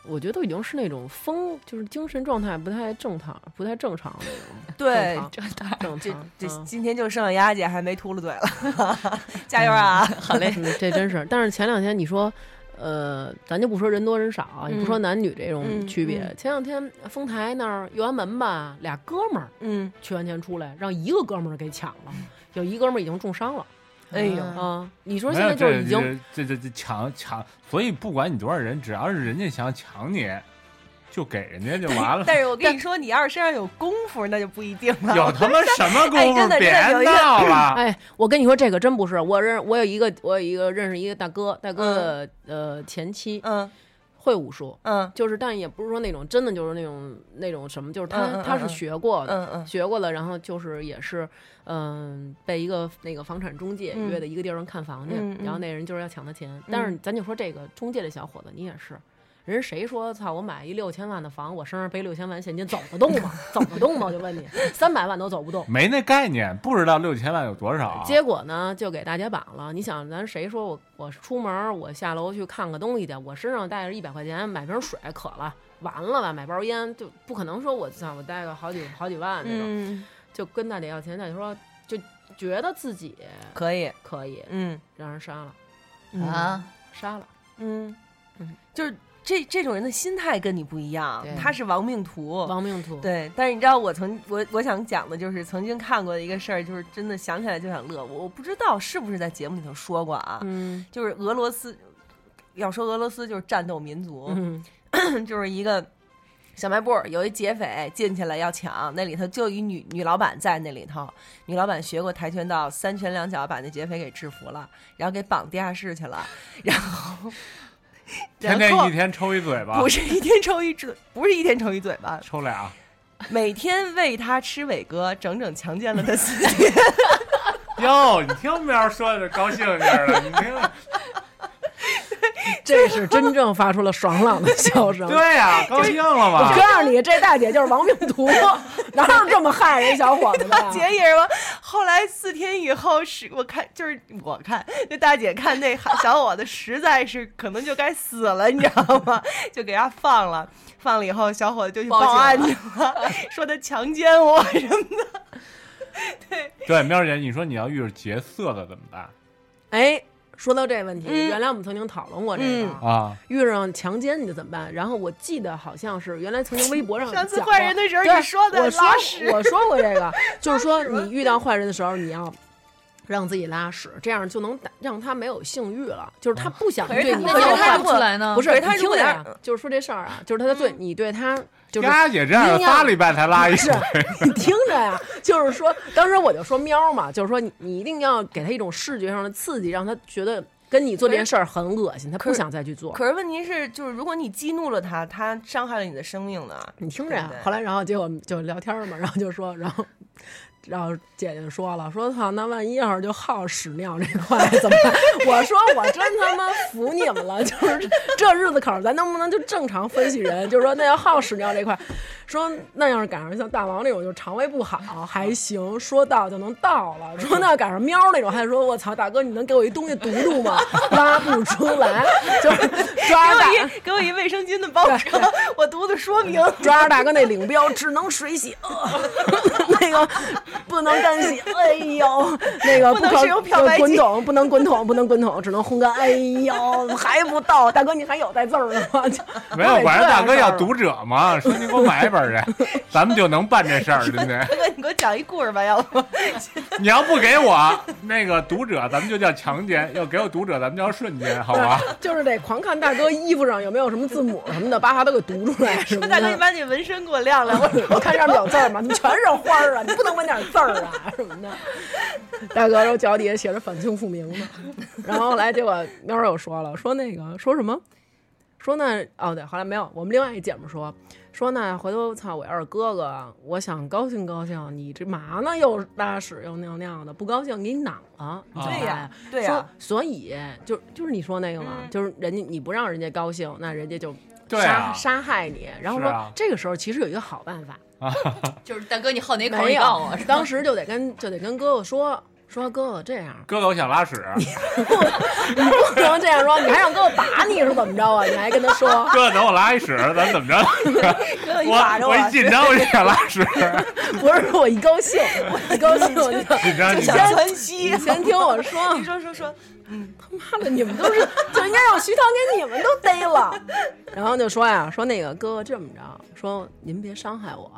C: 我觉得都已经是那种疯，就是精神状态不太正常，不太正常那种。
F: 对
C: 正常，正
F: 这
C: 常，
F: 这
C: 嗯
F: 今天就剩丫姐还没秃噜嘴了， 加油啊！好嘞，
C: 嗯这真是。但是前两天你说，呃，咱就不说人多人少啊，也不说男女这种
F: 嗯
C: 区别。
F: 嗯
C: 前两天丰台那儿右安门吧，俩哥们儿
F: 嗯，
C: 去完钱出来，让一个哥们儿给抢了，有一哥们儿已经重伤了
F: 哎呦，
G: 嗯
C: 啊。你说
H: 没
C: 现
H: 有
C: 在就是已经
H: 这这这这抢抢，所以不管你多少人，只要是人家想抢你，就给人家就完了。
F: 但是我跟你说，你要是身上有功夫，那就不一定了。
H: 有他妈什么功夫
F: 哎真，的
H: 别
F: 真的有一个
H: 闹了。
C: 哎，我跟你说，这个真不是我认，我有一个，我有一个认识一个大哥，大哥的、呃前妻
F: 嗯
C: 会武术，
F: 嗯
C: 就是但也不是说那种真的就是那种那种什么，就是他、
F: 嗯嗯嗯
C: 他
F: 嗯
C: 是学过的，
F: 嗯嗯
C: 学过了，然后就是也是嗯、被一个那个房产中介
F: 嗯
C: 约的一个地儿上看房去，
F: 嗯嗯
C: 然后那人就是要抢他钱，但是咱就说这个中介这小伙子，你也是。人谁说操？我买一六千万的房，我身上背六千万现金，走得动吗？走得动吗？我就问你，三百万都走不动。
H: 没那概念，不知道六千万有多少。
C: 结果呢，就给大家绑了。你想，咱谁说我我出门儿我下楼去看个东西去，我身上带着一百块钱买瓶水渴了，完了吧，买包烟就不可能说我想我带个好几好几万那种，
F: 嗯，
C: 就跟大姐要钱，大姐说就觉得自己
F: 可以，
C: 可以
F: 嗯
C: 让人杀了，
G: 啊，
C: 杀了。
F: 嗯
C: 嗯，
F: 就是这这种人的心态跟你不一样
G: 对，
F: 他是亡命徒。
C: 亡命
H: 嗯
C: 徒，
F: 对，但是你知道我曾我我想讲的就是曾经看过的一个事儿，就是真的想起来就想乐。我我不知道是不是在节目里头说过啊，
C: 嗯
F: 就是俄罗斯，要说俄罗斯就是战斗民族，
C: 嗯
F: 就是一个小卖部儿，有一劫匪进去了要抢，那里头就一女女老板在那里头，女老板学过跆拳道，三拳两脚把那劫匪给制服了，然后给绑地下室去了，然后
H: 天
F: 然
H: 天
F: 后
H: 一天抽一嘴巴
F: 不，是一天抽一嘴，不是一天抽一嘴巴，
H: 抽俩，
F: 每天喂他吃伟哥，整整强奸了他四天。
H: 哟，你听喵说的高兴劲儿了，你听，
C: 这是真正发出了爽朗的笑声。
H: 对呀、高兴了
C: 哎我
H: 嘛，
C: 告诉你，这大姐就是亡命 徒，哪有这么害人小伙子
F: 大
C: 的？啊
F: 姐也是吗？后来四天以后是，我看就是我看那大姐看那小伙子实在是可能就该死了，你知道吗？ 就给他放了，放了以后小伙子就去
G: 报警
F: 报案
G: 了
F: 去了，说他强奸我什么的。
H: 对，喵姐，你说你要遇着劫色的怎么办
C: 哎，说到这问题，
F: 嗯
C: 原来我们曾经讨论过这个。
H: 啊？
C: 遇上强奸你就怎么办？然后我记得好像是原来曾经微博上
F: 上次
C: 讲
F: 坏
C: 过
F: 人的时候
C: 对
F: 你说的
C: 我说
F: 拉屎
C: 我说过这个， 就是说你遇到坏人的时候，你要让自己拉屎，这样就能打让他没有性欲了，就是他不想
F: 可是
C: 对
F: 他
C: 你
F: 那
C: 这
F: 可
C: 种
F: 是他
C: 坏
G: 看
F: 如
G: 不
F: 果嗯
G: 出来呢
C: 不。是，
F: 可是
C: 你
F: 他如
C: 听
F: 果
C: 着
F: 要嗯
C: 啊，就是说这事儿啊，就是他的对你对他就是
H: 丫姐这样
C: 阴阳
H: 仨礼拜才拉一
C: 不是
H: 回，，
C: 你听着呀，就是说，当时我就说喵嘛，就是说你你一定要给他一种视觉上的刺激，让他觉得跟你做这件事儿很恶心，他不
F: 可是
C: 想再去做。
F: 可是问题是，就是如果你激怒了他，他伤害了你的生命呢？
C: 你听着呀
F: 对不，对
C: 后来然后结果就聊天嘛，然后就说，然后然后姐姐就说了，说操，那万一要是就好屎尿这块儿怎么办？ 我说我真他妈服你们了，就是这日子口儿，咱能不能就正常分析人？就是说那要好屎尿这块儿，说那要是赶上像大王那种就是肠胃不好
F: 嗯
C: 还行，说到就能到了；说那要赶上喵那种，还说我操大哥，你能给我一东西堵堵吗？拉不出来，就是抓大
F: 给我一给我一卫生巾的包装， 我读的说明。
C: 抓着大哥那领标，只能水洗，呃、 那个不能干洗，哎呦，那个
F: 不能
C: 可
F: 使用漂白
C: 滚
F: 剂
C: 筒，不能滚筒，不能滚筒，只能烘干，哎呦，还不到，大哥你还有带字儿的吗？ 就
H: 没有，晚上大哥要
C: 都得这样事儿
H: 读者嘛，说你给我买一本 去，咱们就能办这事儿，对不对
F: 大？哥，你给我讲一故事吧，要不？
H: 你要不给我那个读者，咱们就叫强奸；要给我读者，咱们叫瞬间，好吧？
C: 就是得狂看大哥衣服上有没有什么字母什么的，把他都给读出来什么
F: 大哥，你
C: 的。
F: 把你纹身给我亮亮，我
C: 我看上面有字儿吗？怎么全是花儿啊？你不能纹点字儿啊什么的。大哥说脚底下写着反清复明呢。然后后来结果喵儿又说了，说那个说什么？说那哦对，后来没有，我们另外一姐们说说那回头操，我要是哥哥，我想高兴高兴，你这嘛呢？又拉屎又尿尿的，不高兴给你攮了，你怎哎么
F: 呀
H: 对
C: 办
F: 对
C: 说
F: 呀
C: 所以就就是你说那个嘛，
F: 嗯
C: 就是人家你不让人家高兴，那人家就
H: 对
C: 杀、
H: 啊
C: 杀害你。然后
H: 是
C: 说、
H: 啊
C: 这个时候其实有一个好办法，
G: 就是大哥，你好哪口
C: 没
G: 你
C: 有
G: 告诉我。是，吧
C: 当时就得跟就得跟哥哥说说哥哥这样，
H: 哥哥，我想拉屎。
C: 你不能这样说，你还让哥哥打你是怎么着啊？你还跟他说
H: 哥，等我拉一屎，咱怎么着？
F: 哥，你打着
H: 我我一紧张我就想拉屎，
C: 不是我一高兴，我一高兴我就。
H: 紧张紧
F: 想
H: 张。
F: 窜稀
C: 你。先听我说，
F: 你说说说，
C: 妈的，你们都是就应该让徐涛给你们都逮了。然后就说呀，说那个哥哥这么着，说您别伤害我，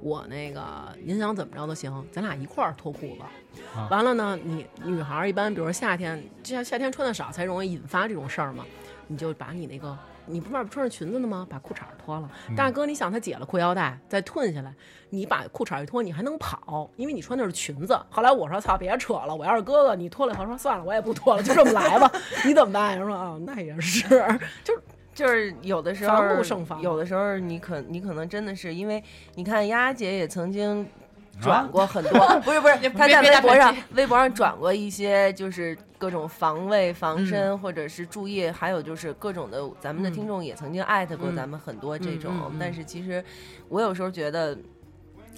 C: 我那个您想怎么着都行，咱俩一块儿脱裤子。完了呢，你女孩儿一般，比如说夏天，就像夏天穿的少才容易引发这种事儿嘛，你就把你那个。你不外边穿着裙子呢吗？把裤衩儿脱了，大哥，你想他解了裤腰带，再褪下来，你把裤衩儿一脱，你还能跑，因为你穿的是裙子。后来我说操，别扯了，我要是哥哥，你脱了以后说算了，我也不脱了，就这么来吧。 你怎么办呀？说啊、那也是，就是
F: 就是有的时候
C: 防不胜防
F: 有的时候你可你可能真的是因为你看丫姐也曾经。转过很多，不是不是，她在
G: 别
F: 微博
G: 别打
F: 上微博上转过一些，就是各种防卫、防身，或者是注意，还有就是各种的，咱们的听众也曾经艾特过
C: 嗯
F: 咱们很多这种
C: 嗯嗯嗯。
F: 但是其实我有时候觉得，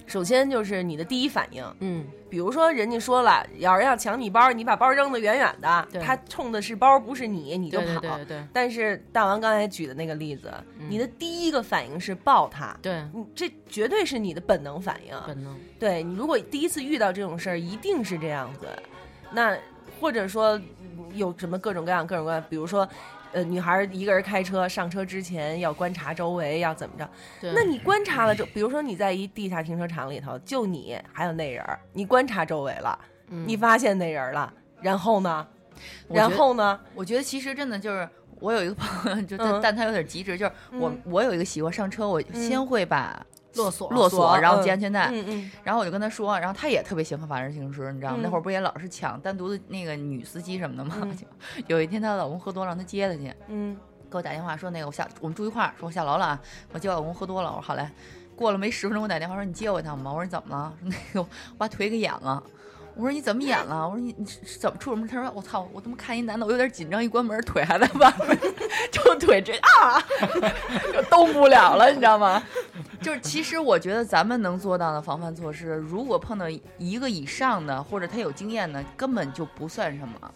F: 首先就是你的第一反应，
C: 嗯，
F: 比如说人家说了，要是要抢你包，你把包扔得远远的
C: 对，
F: 他冲的是包，不是你，你就
C: 对
F: 跑。
C: 对对对
F: 但是大王刚才举的那个例子，你的第一个反应是抱他，
C: 对，
F: 你这绝对是你的本能反应。
C: 本能。
F: 对你如果第一次遇到这种事儿，一定是这样子。那或者说嗯有什么各种各样各种各样，比如说呃，女孩一个人开车上车之前要观察周围，要怎么着？
C: 对
F: 那你观察了周，比如说你在一地下停车场里头，就你还有那人儿，你观察周围了，
C: 嗯
F: 你发现那人儿了，然后呢？
G: 我觉
F: 然
G: 得
F: 后呢？
G: 我觉得其实真的就是，我有一个朋友，就但、
F: 嗯
G: 但他有点极致，就是我、
F: 嗯
G: 我有一个习惯，上车我
C: 嗯
G: 先会把
C: 勒索
G: 落锁，然后
F: 嗯
G: 系安全带，
F: 嗯嗯
G: 然后我就跟他说，然后他也特别喜欢法制进行时，你知道吗？
F: 嗯
G: 那会儿不也老是抢单独的那个女司机什么的吗？
F: 嗯
G: 就有一天她老公喝多了，让她接她去，
F: 嗯
G: 给我打电话说那个我下我们住一块儿，说我下楼了啊，我接我老公喝多了，我说好嘞。过了没十分钟，给我打电话说你接我一趟吧。我说你怎么了？ 说那个我把腿给演了。我说你怎么演了？我说你你是是怎么出什么事儿？他说我操，我他妈看一男的，我有点紧张，一关门腿还在外面， 就腿这啊， 就动不了了，你知道吗？就是其实我觉得咱们能做到的防范措施，如果碰到一个以上的或者他有经验的，根本就不算什么，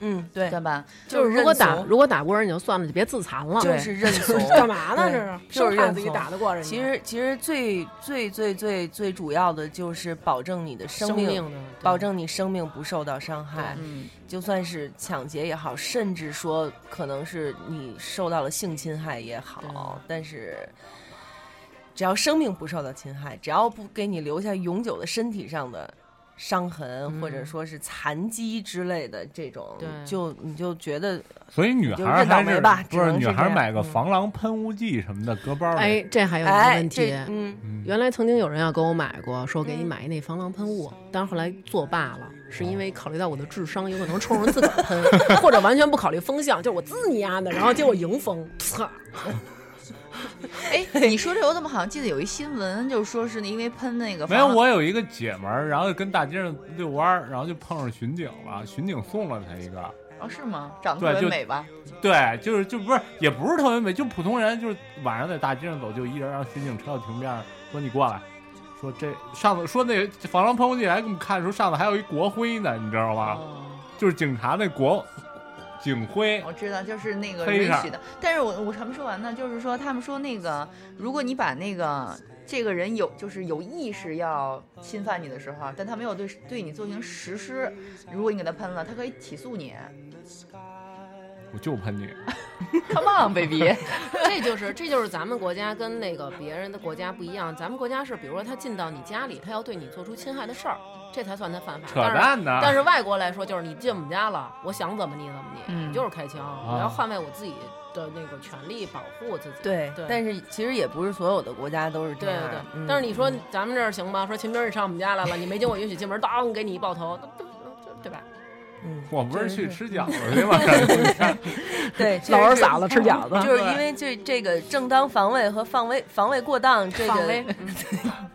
F: 嗯，对，
G: 对吧？
C: 就是如果
F: 认怂
C: 打如果打不过人你就算了，就别自残了。
F: 就是 认怂。
C: 干嘛呢？
F: 对
C: 这
F: 就是是
C: 生怕
F: 认
C: 自己
F: 怂
C: 打得过人家。
F: 其实其实最最最最最主要的就是保证你的
C: 生
F: 生命，
C: 命呢，对
F: 保证你生命不受到伤害。
G: 嗯，
F: 就算是抢劫也好，甚至说可能是你受到了性侵害也好，但是只要生命不受到侵害，只要不给你留下永久的身体上的伤痕，或者说是残疾之类的这种，
C: 嗯对
F: 就你就觉得
H: 所以女
F: 就认
H: 孩儿
F: 倒
H: 还
F: 霉
H: 是
F: 吧只
H: 不是
F: 能
H: 女
F: 是
H: 孩儿
F: 这
H: 买
F: 样
H: 个
F: 嗯
H: 防狼喷雾剂什么的搁包里。
C: 哎，这还有一个
F: 哎，
C: 问题
F: 这。嗯
H: 嗯，
C: 原来曾经有人要给我买过，说给你
F: 嗯
C: 买那防狼喷雾，但是后来作罢了，是因为考虑到我的智商有可能冲着自个儿喷， 或者完全不考虑风向，就是我自己丫的，然后结果迎风，操！
G: 哎，你说这我怎么好像记得有一新闻，就是说是因为喷那个
H: 没有，
G: 防
H: 我有一个姐们儿，然后跟大街上遛弯儿，然后就碰上巡警了，巡警送了她一个。
G: 哦是吗？长
H: 对
G: 得特
H: 就
G: 别美吧？
H: 对，就是就不是也不是特别美，就普通人，就是晚上在大街上走，就一人让巡警车到停边上说你过来，说这上次说那防狼喷雾剂来给我们看的时候，上头还有一国徽呢，你知道吗？
G: 哦，
H: 就是警察那国警徽，
G: 我知道，就是那个
H: 黑
G: 允
H: 色
G: 许的。但是我我还没说完呢，就是说他们说那个，如果你把那个这个人有就是有意识要侵犯你的时候，啊但他没有对对你进行实施，如果你给他喷了，他可以起诉你。
H: 我就喷你。
G: Come on baby，
C: 这就是这就是咱们国家跟那个别人的国家不一样，咱们国家是比如说他进到你家里，他要对你做出侵害的事儿，这才算他犯法。
H: 扯
C: 但是
H: 淡啊呢
C: 但是外国来说，就是你进我们家了，我想怎么你怎么你，
G: 嗯
C: 你就是开枪，
H: 啊
C: 我要捍卫我自己的那个权利，保护我自己。
F: 对，
C: 对，
F: 但是其实也不是所有的国家都是这
C: 对
F: 样
C: 对
F: 的。
C: 对
F: 嗯
C: 但是你说咱们这儿行吗？说秦兵你上我们家来了，你没经我允许进门，当给你一爆头，对吧？
F: 嗯
H: 我不是去
F: 真
H: 吃饺子去吗？
F: 对，
C: 老
F: 二
C: 二嫂子吃饺子
F: 就是因为这这个正当防卫和防卫防卫过当这
C: 放
F: 个
C: 飞，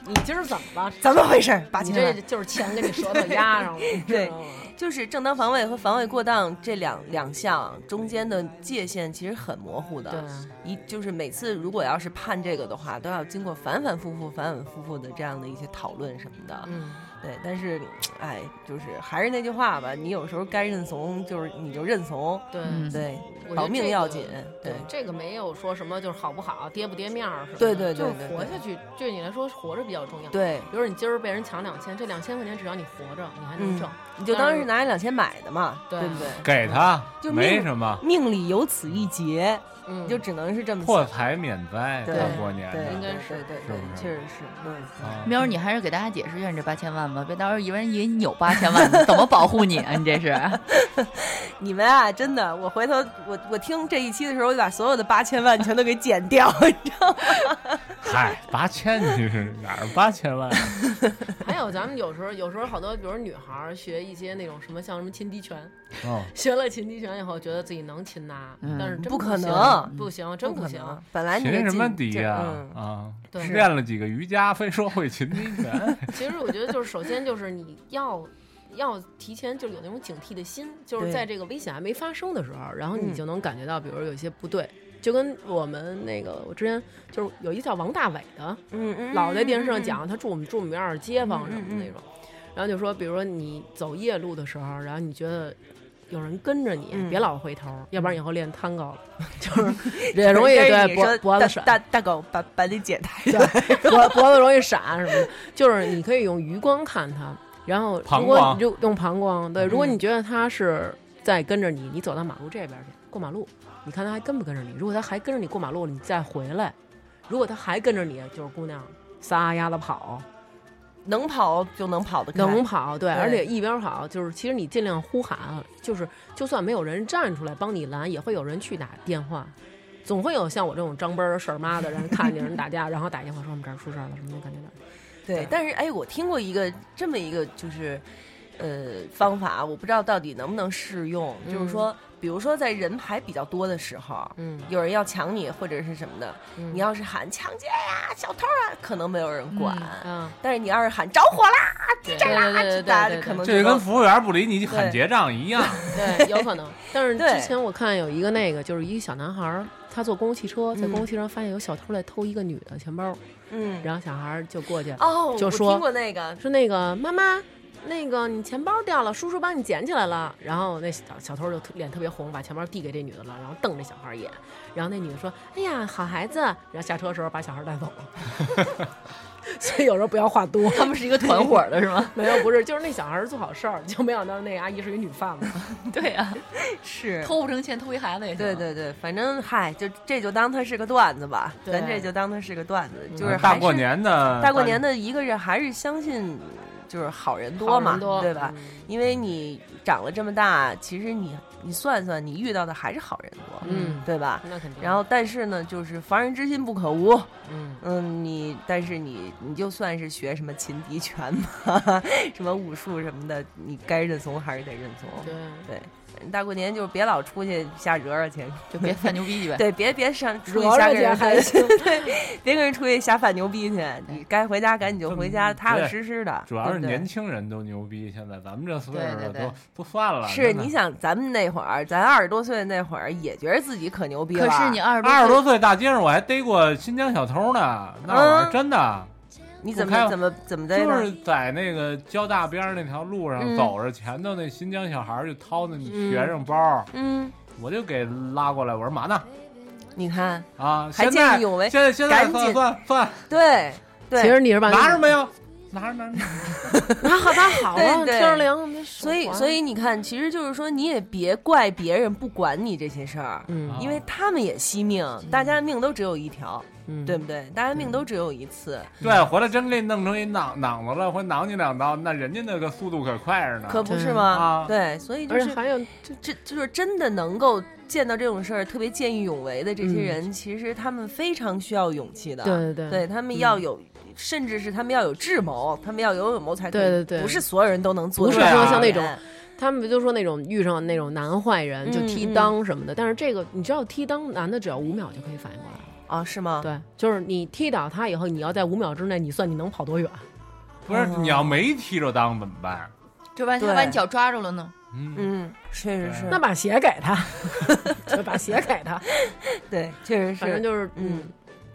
C: 你今儿怎么了？
F: 嗯怎么回事？八
C: 你
F: 千
C: 这
F: 万
C: 就是钱给你舌头 压上了，你知道吗？
F: 就是正当防卫和防卫过当这两两项中间的界限其实很模糊的。
C: 对，
F: 一就是每次如果要是判这个的话，都要经过反反复复、反反复复的这样的一些讨论什么的。
C: 嗯。
F: 对，但是，哎，就是还是那句话吧，你有时候该认怂，就是你就认怂。
C: 对，
G: 嗯
F: 对，
C: 我觉得
F: 保命
C: 这
F: 要
C: 个
F: 紧。对
C: 对，，这个没有说什么就是好不好，跌不跌面儿什么的，
F: 对对对
C: 就是
F: 对对
C: 活下去对你来说活着比较重要。，
F: 对，
C: 比如你今儿被人抢两千，这两千块钱只要你活着，你还能
F: 嗯
C: 挣。
F: 你就
C: 但
F: 当
C: 是
F: 是拿两千买的嘛，
C: 对
F: 对不对？
H: 给他
F: 就
H: 没
F: 命
H: 什么，
F: 命里有此一劫，
C: 嗯，
F: 你就只能是这么
H: 破
F: 想。
H: 财免灾，
F: 对
H: 大过年
F: 对，
C: 应
H: 的
C: 该
F: 对
C: 是
F: 对对
H: 是
F: 对
H: 不，是
F: 确实是，嗯。
H: 啊
G: 喵儿，你还是给大家解释一下你这八千万吧，别到时候以为人以为你有八千万，呢，怎么保护你啊？你这是
F: 你们啊，真的，我回头我我听这一期的时候，我就把所有的八千万全都给剪掉， 你知道吗？
H: 嗨，八千你是哪 儿八千万啊？
C: 还有咱们有时候有时候好多，比如女孩儿学一些那种什么像什么擒敌拳，
H: 哦，
C: 学了擒敌拳以后，觉得自己能擒拿，
G: 嗯
C: 但是真
F: 不可
C: 行
F: 能嗯
C: 不行，真
F: 不可
C: 行。
F: 能，啊本来你
H: 擒
F: 这
H: 什么
F: 进
H: 敌
F: 这
H: 呀？
F: 嗯，
H: 啊，
C: 对
H: 练了几个瑜伽，非说会擒敌 拳。
C: 其实我觉得就是首先就是你要。要提前就有那种警惕的心，就是
F: 对
C: 在这个危险还没发生的时候，然后
F: 嗯
C: 你就能感觉到，比如有一些不对，就跟我们那个我之前就是有一叫王大伟的，
F: 嗯嗯，
C: 老在电视上
F: 嗯，
C: 讲，他住我们住我们院儿街坊什么的那种，然后就说，比如说你走夜路的时候，然后你觉得。有人跟着你，
F: 嗯
C: 别老回头，要不然以后练探高了， 就是也
F: 嗯
C: 容易
F: 跟着
C: 对
F: 你
C: 脖
F: 说
C: 脖
F: 大
C: 子闪，
F: 大大狗把把你剪开，
C: 脖脖子容易闪什么的，就是你可以用余光看他，然后如
H: 膀
C: 果
F: 嗯
H: 胱
C: 就用膀胱，对，如果你觉得他是再跟着你，你走到马路这边去过马路，你看他还跟不跟着你？如果他还跟着你过马路了，你再回来；如果他还跟着你，就是姑娘撒丫子跑，
F: 能跑就能跑得开，
C: 能跑对，
F: 对
C: 而且一边跑就是，其实你尽量呼喊，就是就算没有人站出来帮你拦，也会有人去打电话，总会有像我这种张奔儿事儿妈的人看见人打架，然后打电话说我们这儿出事儿了什么的，感觉到
F: 对
C: 对，
F: 但是哎，我听过一个这么一个就是，呃，方法，我不知道到底能不能适用，就是说，比如说在人还比较多的时候，
C: 嗯
F: 有人要抢你或者是什么的，
C: 嗯
F: 你要是喊抢劫呀、小偷啊，可能没有人管。
C: 啊，
F: 但是你要是喊着火啦、地震啦，
C: 对对对对
F: 大
C: 对
F: 家
C: 对
F: 可能
H: 这就
F: 就
H: 跟
F: 说
H: 服务员不理你喊
F: 对
H: 结账一样。
C: 对，有可能。但是
F: 对
C: 之前我看有一个那个，就是一个小男孩儿，他坐公共汽车，在公共汽车上发现有小偷来偷一个女的钱包，
F: 嗯，
C: 然后小孩儿就过去
F: 哦，
C: 就
F: 我
C: 说
F: 听过那个，
C: 说那个妈妈，那个你钱包掉了，叔叔帮你捡起来了。然后那小小偷就特脸特别红，把钱包递给这女的了，然后瞪这小孩一眼。然后那女的说：“哎呀，好孩子。”然后下车的时候把小孩带走了。所以有时候不要话多。
G: 他们是一个团伙的是吗？
C: 没有，不是，就是那小孩儿做好事儿，就没想到那个阿姨是一女贩子。
G: 对呀、
F: 是
G: 偷不成钱偷一孩子也行。
F: 对对对，反正嗨，就这就当它是个段子吧，
C: 对
F: 咱这就当它是个段子，就是
H: 嗯大
F: 还
H: 过
F: 是
H: 年的，
F: 大过年的一个是还是相信就是好人多嘛，
C: 好人 多嗯
F: 对吧？因为你长了这么大，其实你你算算，你遇到的还是好人多，
C: 嗯，
F: 对吧？
C: 那肯定。
F: 然后，但是呢，就是防人之心不可无。
C: 嗯，
F: 嗯，你但是你你就算是学什么擒敌拳嘛， 什么武术什么的，你该认怂还是得认怂。
C: 对，
F: 对，大过年就是别老出去瞎惹惹去，
G: 就别犯牛逼去呗。
F: 对，别别上出
C: 惹
F: 去瞎
C: 惹
F: 跟
C: 去
F: 人
C: 还行。
F: 别跟人出去瞎犯牛逼去，你该回家赶紧就回家，
H: 嗯
F: 踏踏
H: 对
F: 实实的。
H: 主要
F: 对
H: 是
F: 不对
H: 年轻人都牛逼，现在咱们这岁
G: 对
H: 数
G: 对
H: 的
G: 对
H: 都都算了。
F: 是
H: 真的
F: 你想，咱们那会儿，咱二十多岁那会儿，也觉得自己可牛逼了。
G: 可是你二十
H: 二十
G: 岁
H: 多岁大街上我还逮过新疆小偷呢，那会儿
F: 嗯
H: 真的
F: 你怎
H: 不开
F: 么怎么怎么的呢？
H: 就是在那个交大边儿那条路上
F: 嗯
H: 走着，前头那新疆小孩儿就掏那
F: 嗯
H: 学生包，
F: 嗯，
H: 我就给拉过来，我说嘛呢
F: 你看，
H: 啊？
F: 还
H: 现在
F: 见义勇为
H: 现在现在
F: 赶
H: 算
F: 紧嗯
H: 算算，
F: 对对，
C: 其实你是把
H: 拿着没有？拿着拿着，
C: 拿好拿好了，
F: 对对
C: 天儿凉。
F: 所以所以你看，其实就是说，你也别怪别人不管你这些事儿。
C: 嗯
H: 啊
F: 因为他们也惜命，大家的命都只有一条，
C: 嗯，啊
F: 对不对？大家命都只有一次，
H: 对，回来真给你弄成一囊囊子了，或者囊你两刀，那人家那个速度可快着呢。
F: 可不是
C: 对
F: 吗
H: 啊？
F: 对，所以就
C: 而
F: 是
C: 且还有就
F: 这就是真的能够见到这种事儿，特别见义勇为的这些人，其实他们非常需要勇气的。
C: 嗯对嗯对
F: 对，他们要有，甚至是他们要有智谋，他们要有有谋才可以。
C: 对对对
F: 不是所有人都能做
C: 不
F: 得
C: 是
F: 到的人。
H: 说像
C: 那种他们不就说那种遇上那种男坏人就
F: 嗯
C: 踢裆什么的，但是这个你知道踢裆男的只要五秒就可以反应过来了，
F: 啊，是吗？
C: 对，就是你踢倒他以后，你要在五秒之内，你算你能跑多远？
F: 嗯
H: 不是，
C: 嗯
H: 你要没踢着裆怎么办？
G: 就万一他
F: 对
G: 把你脚抓住 了呢？
H: 嗯，
F: 嗯，确实是。
C: 那把鞋给他， 就把鞋给 他，
F: 对，确实是。
C: 反正就是
F: 嗯
C: 嗯，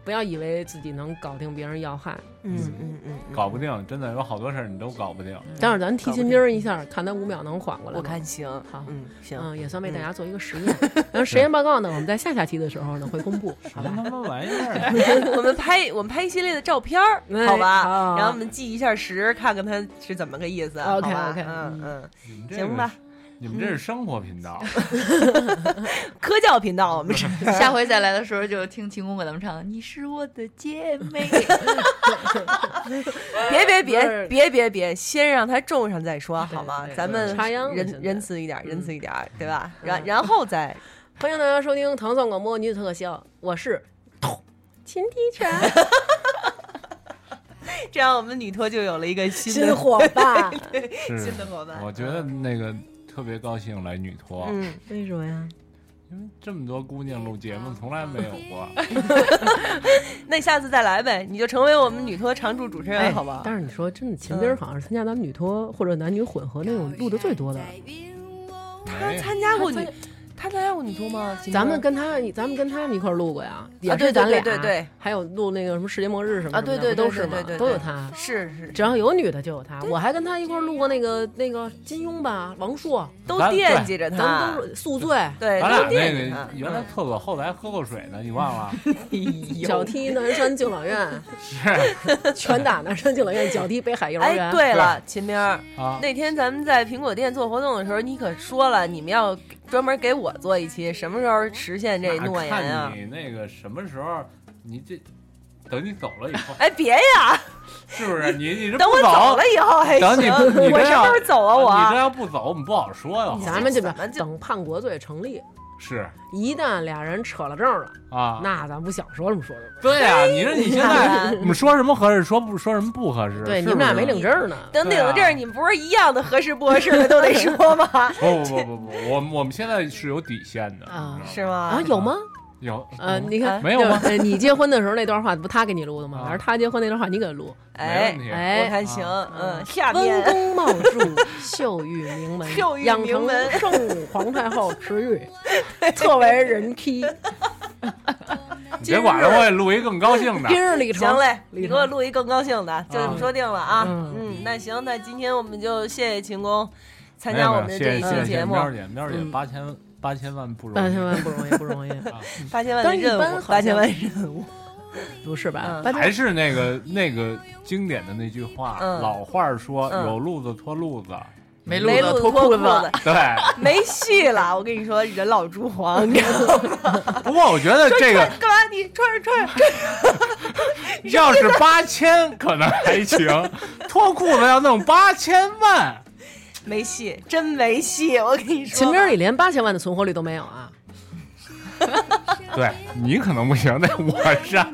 C: 不要以为自己能搞定别人要害，
F: 嗯嗯嗯嗯，
H: 搞不定，真的有好多事儿你都搞不定。
C: 但是咱提心钉儿一下，看他五秒能缓过来
F: 我
C: 吗。
F: 看行。
C: 好
F: 嗯， 行。
C: 嗯，也算为大家做一个 实验。然后实验报告呢，我们在下下期的时候呢会公布，好
H: 什么
F: 嗯
C: 吧？
H: 他妈玩意 儿？
F: 我们拍我们拍一系列的照片儿，
C: 哎
F: 好吧？
C: 好
F: 然后我们记一下时，看看它是怎么个意思。好吧
C: OK，OK，
F: 嗯嗯，
H: 你们这
F: 行
H: 个
F: 吧。
H: 你们这是生活 频道，
F: 科教频道我们 是。
G: 下回再来的时候就听秦工给咱们唱《你是我的姐妹》。
F: 别别
C: 不
F: 别
C: 是
F: 别别别，先让它种上再说，
C: 对
F: 好吗
C: 对？
F: 咱们
C: 插秧了
F: 仁
C: 现在
F: 仁慈一点，仁慈一点，对吧？
C: 嗯
F: 然然后再
C: 欢迎大家收听糖蒜广播女子特效，我是 秦迪泉
F: 这样，我们女托就有了一个新
C: 新
F: 的
C: 伙伴。
H: 是
F: 新的伙伴。
H: 我觉得那个特别高兴来女托，
F: 嗯，
C: 为什么呀？
H: 因为这么多姑娘录节目从来没有过。
F: 嗯那下次再来呗，你就成为我们女托常驻主持
C: 哎
F: 人，好吧？
C: 但是你说真的，秦迪
F: 嗯
C: 儿好像是参加咱们女
F: 嗯
C: 托或者男女混合那种录的最多的。
F: 哎
H: 没有
F: 参加过女，他咱有你出吗？秦
C: 咱
F: 州
C: 们跟他，咱们跟他们一块儿录过呀，也
F: 啊对
C: 是咱
F: 对
C: 俩，
F: 对对
C: 还有录那个什么世界末日什么
F: 啊
C: 什么的
F: 对对
C: 不都
F: 对对
C: 是嘛
F: 对对，
C: 都有
F: 对
C: 他。
F: 是是
C: 只要有女的就有他，我还跟他一块儿录过那个那个金庸吧，王朔，
F: 都
H: 咱
F: 惦记着他，
C: 咱们都是宿醉，
F: 对，
H: 咱俩
F: 都
H: 那
F: 惦记他
H: 个。原来厕所后台喝过水呢，你 忘了？
C: 脚踢南山敬老院，拳打南山敬老院，脚踢北海幼儿园。
F: 哎，对了，秦明儿，
H: 啊，
F: 那天咱们在苹果店做活动的时候，你可说了你们要给专门给我做一期，什么时候实现这
H: 哪
F: 诺言啊
H: 看？你那个什么时候，你这等你走了以后，
F: 哎，别呀，
H: 是不是？你你这
F: 哎等
H: 不
F: 我走了以后还
H: 等
F: 行
H: 你，不你
F: 我
H: 这
F: 什
H: 要
F: 么时候走啊？
H: 你这
F: 我
H: 要不走，我们不好说哟。
C: 咱们就
F: 咱们就
C: 等叛国罪成立，
H: 是
C: 一旦俩人扯了证了，
H: 啊，
C: 那咱不想说什么说什么。
H: 对呀，你说你现在
F: 哎呀
H: 我们说什么合适，说不说什么不合适？
C: 对，
H: 是
C: 你们
H: 不
C: 俩
H: 是
C: 没领证呢，
F: 等
H: 对啊？
F: 领证，你们不是一样的合适不合适的都得说吗
H: 不不不不不，我们我们现在是有底线的
C: 啊
H: 你知
F: 是吗
C: 啊？？有吗？
H: 道吗有嗯
C: 呃，你看
F: 啊
H: 没有吗
C: 就是呃你结婚的时候那段话不他给你录的吗？
H: 啊
C: 还是他结婚那段话你给录？
H: 没
F: 哎
H: 问，题。啊
F: 我
C: 哎，
F: 看行，嗯，下
C: 温
F: 面
C: 公茂柱，秀玉名门，
F: 秀玉
C: 养
F: 名
C: 成
F: 门
C: 圣武皇太后池 玉，特为人妻。
H: 你别管了，我也录一更高兴的。
C: 今日里程，
F: 行嘞，
C: 李
F: 你给
C: 成
F: 我录一更高兴的，就这么说定了啊。
C: 嗯
F: 嗯，那行，那今天我们就谢谢秦工参
H: 没有
F: 加
H: 没
F: 我
H: 有
F: 们的
H: 嗯谢
F: 这
H: 谢
F: 一
H: 谢
F: 期
H: 谢
F: 节目，
H: 喵姐，喵姐
C: 嗯
H: 八千八千万不容易，
C: 八千万不容易，不容易，
F: 八千万的
C: 但是一般
F: 任务
C: 好，像
F: 八千万任务。
C: 不是吧
F: 嗯？
C: 八千
H: 还是那个那个经典的那句话，
F: 嗯
H: 老话儿说
F: 嗯
H: 有路子脱路子，
G: 没录
F: 没
G: 的
F: 路
G: 脱
F: 裤
G: 裤子，，
H: 对。
F: 没戏了。我跟你说，人老珠 黄，你知道吗？
H: 不过我觉得这个
F: 干嘛？你穿着穿着，
H: 要是八千可能还行，脱裤子要弄八千万，
F: 没戏，真没戏。我跟你说，
C: 秦明，你连八千万的存活率都没有啊！
H: 对你可能不行，但我上。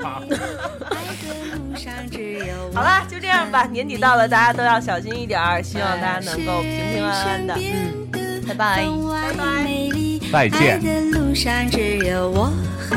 F: 好了，就这样吧。年底到了，大家都要小心一点儿，希望大家能够平平安安的。
G: 拜拜。
H: 再
I: 爱
H: 见。
I: 的路上只有我和